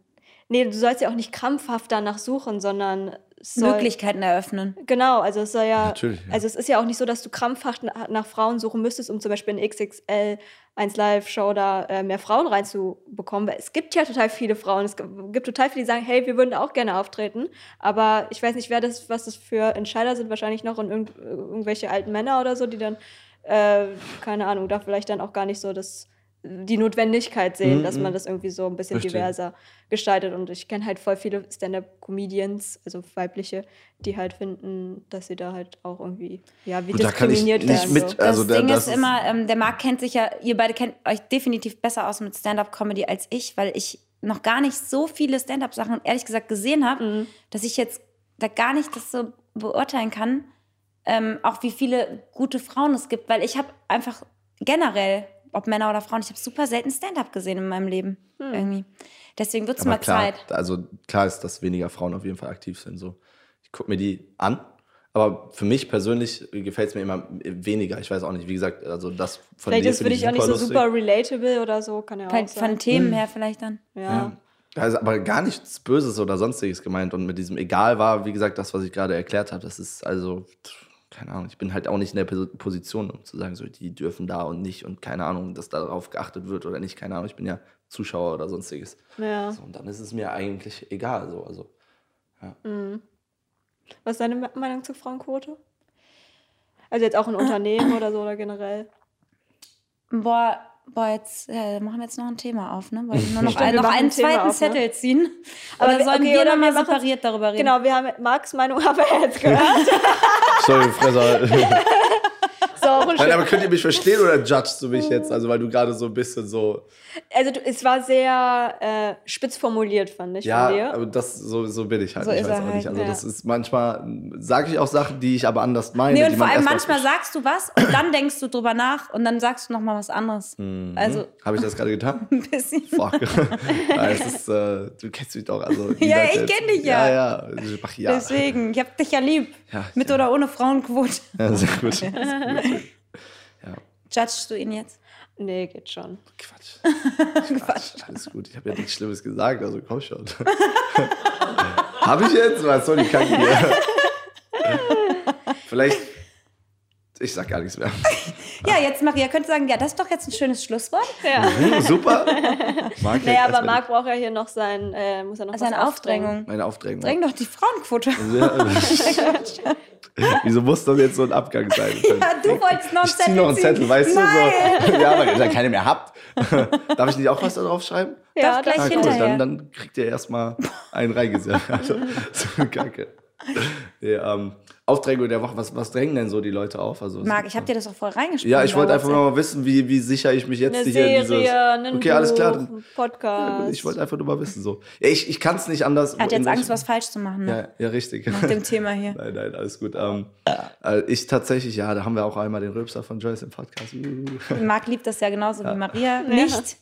Speaker 3: Nee, du sollst ja auch nicht krampfhaft danach suchen, sondern es soll,
Speaker 1: Möglichkeiten eröffnen.
Speaker 3: Genau, also es soll ja,
Speaker 2: Natürlich, ja.
Speaker 3: also es ist ja auch nicht so, dass du krampfhaft na- nach Frauen suchen müsstest, um zum Beispiel in XXL 1 Live Show da äh, mehr Frauen reinzubekommen, weil es gibt ja total viele Frauen, es g- gibt total viele, die sagen, hey, wir würden auch gerne auftreten, aber ich weiß nicht, wer das, was das für Entscheider sind, wahrscheinlich noch und irgend, irgendwelche alten Männer oder so, die dann, äh, keine Ahnung, da vielleicht dann auch gar nicht so das die Notwendigkeit sehen,
Speaker 2: Mhm,
Speaker 3: dass man
Speaker 2: mhm.
Speaker 3: das irgendwie so ein bisschen
Speaker 2: Verstehe.
Speaker 3: diverser gestaltet. Und ich kenne halt voll viele Stand-up-Comedians, also weibliche, die halt finden, dass sie da halt auch irgendwie, ja, wie
Speaker 2: Gut, da kann ich
Speaker 3: diskriminiert
Speaker 2: nicht
Speaker 3: werden.
Speaker 2: mit-
Speaker 3: so.
Speaker 1: Das
Speaker 2: Also da-
Speaker 1: Ding
Speaker 2: das
Speaker 1: ist
Speaker 2: ist-
Speaker 1: immer, ähm, der Marc kennt sich ja, ihr beide kennt euch definitiv besser aus mit Stand-up-Comedy als ich, weil ich noch gar nicht so viele Stand-up-Sachen ehrlich gesagt gesehen habe,
Speaker 3: Mhm.
Speaker 1: dass ich jetzt da gar nicht das so beurteilen kann, ähm, auch wie viele gute Frauen es gibt, weil ich habe einfach generell, ob Männer oder Frauen, ich habe super selten Stand-up gesehen in meinem Leben
Speaker 3: Hm.
Speaker 1: irgendwie. Deswegen wird es
Speaker 2: Mhm. Aber
Speaker 1: mal
Speaker 2: klar,
Speaker 1: Zeit.
Speaker 2: Also klar ist, dass weniger Frauen auf jeden Fall aktiv sind. So. Ich gucke mir die an. Aber für mich persönlich gefällt es mir immer weniger. Ich weiß auch nicht, wie gesagt, also das von
Speaker 3: Vielleicht
Speaker 2: dir
Speaker 3: ist für
Speaker 2: finde ich
Speaker 3: dich auch nicht so
Speaker 2: lustig.
Speaker 3: super relatable oder Genau so, kann ja auch
Speaker 1: Von,
Speaker 3: sein.
Speaker 1: von
Speaker 2: Mhm.
Speaker 1: Themen her vielleicht dann.
Speaker 3: Ja.
Speaker 2: Ja. Also, aber gar nichts Böses oder sonstiges gemeint. Und mit diesem Egal war, wie gesagt, das, was ich gerade erklärt habe. Das ist also, pff, keine Ahnung, ich bin halt auch nicht in der Pos- Position, um zu sagen, so, die dürfen da und nicht und keine Ahnung, dass darauf geachtet wird oder nicht. Keine Ahnung, ich bin ja Zuschauer oder sonstiges.
Speaker 3: ja.
Speaker 2: So, und dann ist es mir eigentlich egal. So. Also,
Speaker 3: hm. Was ist deine Me- Meinung zur Frauenquote? Also jetzt auch in Unternehmen oder so oder generell.
Speaker 1: Boah, boah jetzt äh, machen wir jetzt noch ein Thema auf, ne? Wollen wir [LAUGHS] nur noch,
Speaker 3: Stimmt, wir
Speaker 1: ein, noch
Speaker 3: machen
Speaker 1: einen
Speaker 3: ein Thema
Speaker 1: zweiten
Speaker 3: auf, ne?
Speaker 1: Zettel ziehen?
Speaker 3: Aber
Speaker 1: Oder
Speaker 3: wir-
Speaker 1: sollen
Speaker 3: okay,
Speaker 1: wir
Speaker 3: oder
Speaker 1: nochmal
Speaker 3: wir machen's-
Speaker 1: separiert darüber reden?
Speaker 3: Genau, wir haben Marks Meinung [LAUGHS] haben wir jetzt gehört.
Speaker 2: sorry, Fresser.
Speaker 3: So, auch
Speaker 2: [LAUGHS]
Speaker 3: ein
Speaker 2: Nein,
Speaker 3: schön-
Speaker 2: aber könnt ihr mich verstehen oder judgst du mich jetzt? Also, weil du gerade so ein bisschen so.
Speaker 3: also du, es war sehr äh, spitz formuliert, fand ich von dir.
Speaker 2: Ja, aber das, so, so bin ich halt.
Speaker 1: So
Speaker 2: ich
Speaker 1: ist
Speaker 2: weiß
Speaker 1: er
Speaker 2: auch
Speaker 1: halt,
Speaker 2: nicht. Also,
Speaker 3: ja.
Speaker 2: das ist manchmal, sage ich auch Sachen, die ich aber anders meine.
Speaker 1: Nee,
Speaker 2: die
Speaker 1: und vor
Speaker 2: man
Speaker 1: allem
Speaker 2: erst mal-
Speaker 1: manchmal sagst du was und dann denkst du drüber nach und dann sagst du nochmal was anderes.
Speaker 2: Mhm.
Speaker 1: Also [LAUGHS]
Speaker 2: Habe ich das gerade getan?
Speaker 1: ein bisschen.
Speaker 2: Fuck. [LAUGHS] ja, es ist, äh, du kennst mich doch. Also, die
Speaker 1: Ja,
Speaker 2: Leute
Speaker 1: ich
Speaker 2: jetzt-
Speaker 1: kenn dich ja.
Speaker 2: Ja, ja. Ich mach ja.
Speaker 1: Deswegen, ich hab dich ja lieb.
Speaker 2: Ja,
Speaker 1: Mit
Speaker 2: ja.
Speaker 1: oder ohne Frauenquote. [LAUGHS]
Speaker 2: ja sehr gut. Sehr gut.
Speaker 1: Judgest du ihn jetzt?
Speaker 3: Nee, geht schon.
Speaker 2: Quatsch.
Speaker 1: [LAUGHS]
Speaker 2: Quatsch. Alles gut. Ich habe ja nichts Schlimmes gesagt, also komm schon. [LAUGHS] habe ich jetzt? Was soll die
Speaker 1: [LAUGHS]
Speaker 2: Kacke hier? Vielleicht. Ich sag gar nichts mehr.
Speaker 1: Ja, jetzt Maria könnte sagen, ja, das ist doch jetzt ein schönes Schlusswort.
Speaker 3: Ja.
Speaker 2: Hm, super. Marc,
Speaker 3: Naja,
Speaker 2: erst mal
Speaker 3: aber Marc braucht ja hier noch sein, äh, muss ja noch
Speaker 1: Also
Speaker 3: was
Speaker 1: eine
Speaker 3: aufdrängen.
Speaker 1: Aufdrängung.
Speaker 2: Meine Aufdrängung. [LAUGHS]
Speaker 1: Dräng doch die Frauenquote.
Speaker 2: Ja. Wieso muss das jetzt so ein Abgang sein?
Speaker 1: [LAUGHS] Ja, du wolltest noch einen
Speaker 2: ich zieh noch einen
Speaker 1: Zettel
Speaker 2: Zettel, weißt
Speaker 1: Nein.
Speaker 2: du? So. Ja, weil ihr da keine mehr habt. [LAUGHS] Darf ich nicht auch was da drauf schreiben?
Speaker 1: Ja,
Speaker 3: Ja,
Speaker 1: doch, gleich
Speaker 3: das
Speaker 2: Ah, cool,
Speaker 1: hinterher.
Speaker 2: dann, dann kriegt ihr erstmal
Speaker 1: [LAUGHS]
Speaker 2: einen reingesetzt. Also, so kacke. Nee, ähm, Aufträge der Woche, was, was drängen denn so die Leute auf? Also, was-
Speaker 1: Marc, ich hab dir das auch voll reingeschrieben.
Speaker 2: ja, ich
Speaker 1: bei
Speaker 2: wollte einfach
Speaker 1: WhatsApp.
Speaker 2: nur mal wissen, wie, wie sicher ich mich jetzt
Speaker 3: eine
Speaker 2: hier in dieses.
Speaker 3: Serie, einen
Speaker 2: okay, alles klar.
Speaker 3: Buch,
Speaker 2: Dann,
Speaker 3: ein Podcast.
Speaker 2: Ja, gut, ich wollte einfach nur mal wissen. So. Ja, Ich, ich kann es nicht anders.
Speaker 1: Er hat jetzt
Speaker 2: in
Speaker 1: Angst,
Speaker 2: welchen-
Speaker 1: was falsch zu machen. Ne?
Speaker 2: Ja, ja richtig.
Speaker 1: Mit
Speaker 2: [LAUGHS]
Speaker 1: dem Thema hier.
Speaker 2: Nein, nein, alles gut. Ähm, äh, ich tatsächlich, ja, da haben wir auch einmal den Röpster von Joyce im Podcast. Uh.
Speaker 1: Marc liebt das ja genauso wie Maria.
Speaker 3: Ja.
Speaker 1: Nicht.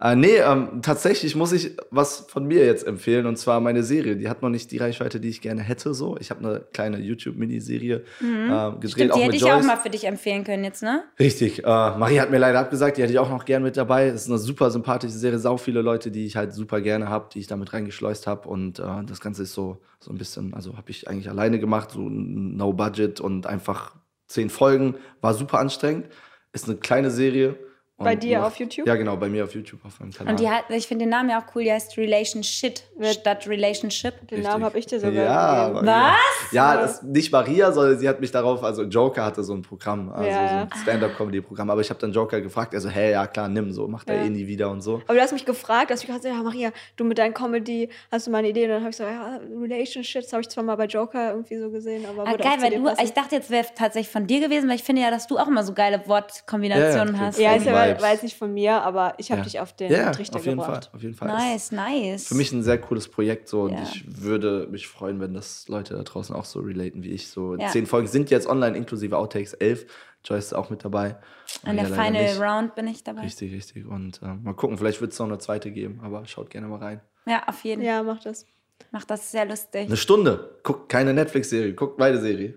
Speaker 2: Äh, nee, ähm, tatsächlich muss ich was von mir jetzt empfehlen und zwar meine Serie. Die hat noch nicht die Reichweite, die ich gerne hätte. So, ich habe eine kleine YouTube-Miniserie ähm, gedreht,
Speaker 1: Mhm. Stimmt,
Speaker 2: auch
Speaker 1: die
Speaker 2: mit
Speaker 1: hätte ich
Speaker 2: Joyce.
Speaker 1: auch mal für dich empfehlen können jetzt, ne?
Speaker 2: Richtig. Äh, Marie hat mir leider abgesagt, die hätte ich auch noch gern mit dabei. Es ist eine super sympathische Serie, sau viele Leute, die ich halt super gerne habe, die ich damit reingeschleust habe. Und äh, das Ganze ist so, so ein bisschen, also habe ich eigentlich alleine gemacht, so n- no budget und einfach zehn Folgen. War super anstrengend. Ist eine kleine Serie. Und
Speaker 3: Bei dir auf YouTube?
Speaker 2: Oh, Ja, genau, bei mir auf YouTube auf meinem Kanal.
Speaker 1: Und die hat, ich finde den Namen ja auch cool, die heißt Relationship
Speaker 3: Wird-
Speaker 1: statt Relationship.
Speaker 3: Den Namen habe ich dir sogar
Speaker 2: Ja,
Speaker 3: gegeben.
Speaker 2: Maria.
Speaker 1: Was?
Speaker 2: Ja, das, nicht Maria, sondern sie hat mich darauf, also Joker hatte so ein Programm, also
Speaker 3: Ja.
Speaker 2: so ein Stand-up-Comedy-Programm. Aber ich habe dann Joker gefragt, also, hey, ja klar, nimm so, macht
Speaker 3: Ja.
Speaker 2: er eh nie wieder und so.
Speaker 3: Aber du hast mich gefragt, dass ich gesagt habe, ja, Maria, du mit deinen Comedy hast du mal eine Idee. Und dann habe ich so, ja, Relationships habe ich zwar mal bei Joker irgendwie so gesehen, aber
Speaker 1: Ah,
Speaker 3: würde auch
Speaker 1: geil,
Speaker 3: zu
Speaker 1: weil
Speaker 3: dir
Speaker 1: du,
Speaker 3: passen.
Speaker 1: ich dachte, jetzt wäre tatsächlich von dir gewesen, weil ich finde ja, dass du auch immer so geile Wortkombinationen
Speaker 2: Ja, ja,
Speaker 1: hast.
Speaker 3: ja, ist ja
Speaker 2: Vibes.
Speaker 3: weiß nicht von mir, aber ich habe
Speaker 2: Ja.
Speaker 3: dich auf den
Speaker 2: Ja,
Speaker 3: Trichter
Speaker 2: auf jeden
Speaker 3: gebracht.
Speaker 2: Fall, auf jeden Fall.
Speaker 1: Nice,
Speaker 2: Ist
Speaker 1: nice.
Speaker 2: Für mich ein sehr cooles Projekt so und
Speaker 1: Ja.
Speaker 2: ich würde mich freuen, wenn das Leute da draußen auch so relaten wie ich. So
Speaker 1: Ja.
Speaker 2: zehn Folgen sind jetzt online inklusive Outtakes, elf. Joyce ist auch mit dabei.
Speaker 1: An der
Speaker 2: Maria leider
Speaker 1: Final
Speaker 2: nicht.
Speaker 1: Round bin ich dabei.
Speaker 2: Richtig, richtig. Und äh, mal gucken, vielleicht wird es noch eine zweite geben, aber schaut gerne mal rein.
Speaker 1: Ja, auf jeden Fall.
Speaker 3: Ja, mach das.
Speaker 1: Macht das sehr lustig.
Speaker 2: Eine Stunde. Guckt keine Netflix-Serie, guckt meine Serie.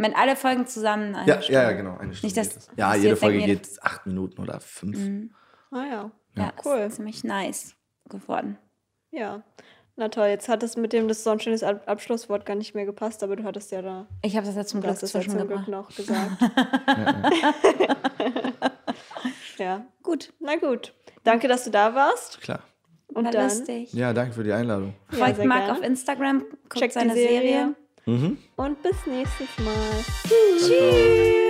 Speaker 1: Wenn alle Folgen zusammen äh, eine
Speaker 2: Ja,
Speaker 1: Stunde.
Speaker 2: ja, ja, genau. Eine Stunde
Speaker 1: Nicht, dass-
Speaker 2: geht das.
Speaker 1: dass
Speaker 2: Ja,
Speaker 1: die
Speaker 2: jede
Speaker 1: jetzt
Speaker 2: Folge
Speaker 1: denken, jede-
Speaker 2: geht acht Minuten oder fünf.
Speaker 1: Mhm.
Speaker 3: Ah ja.
Speaker 1: Ja,
Speaker 2: genau. Ja.
Speaker 3: Cool.
Speaker 1: cool. Ist ziemlich nice geworden.
Speaker 3: Ja. Na toll, jetzt hat es mit dem, das ist so ein schönes Ab Abschlusswort gar nicht mehr gepasst, aber du hattest ja da
Speaker 1: Ich habe das ja zum Glück
Speaker 3: das ist ja
Speaker 1: zwischen
Speaker 3: zum Glück
Speaker 1: gebracht. [LAUGHS]
Speaker 3: noch gesagt. ja.
Speaker 1: Gut,
Speaker 3: Na gut. Danke, dass du da warst.
Speaker 2: Klar.
Speaker 3: Und
Speaker 1: war
Speaker 3: dann
Speaker 1: lustig.
Speaker 2: Ja, danke für die Einladung.
Speaker 3: Ja,
Speaker 1: Folgt
Speaker 3: sehr
Speaker 1: Marc
Speaker 3: gerne.
Speaker 1: auf Instagram, guckt
Speaker 3: Checkt die
Speaker 1: seine Serie.
Speaker 3: Serie.
Speaker 2: Mhm.
Speaker 3: und bis nächstes Mal.
Speaker 2: Tschüss.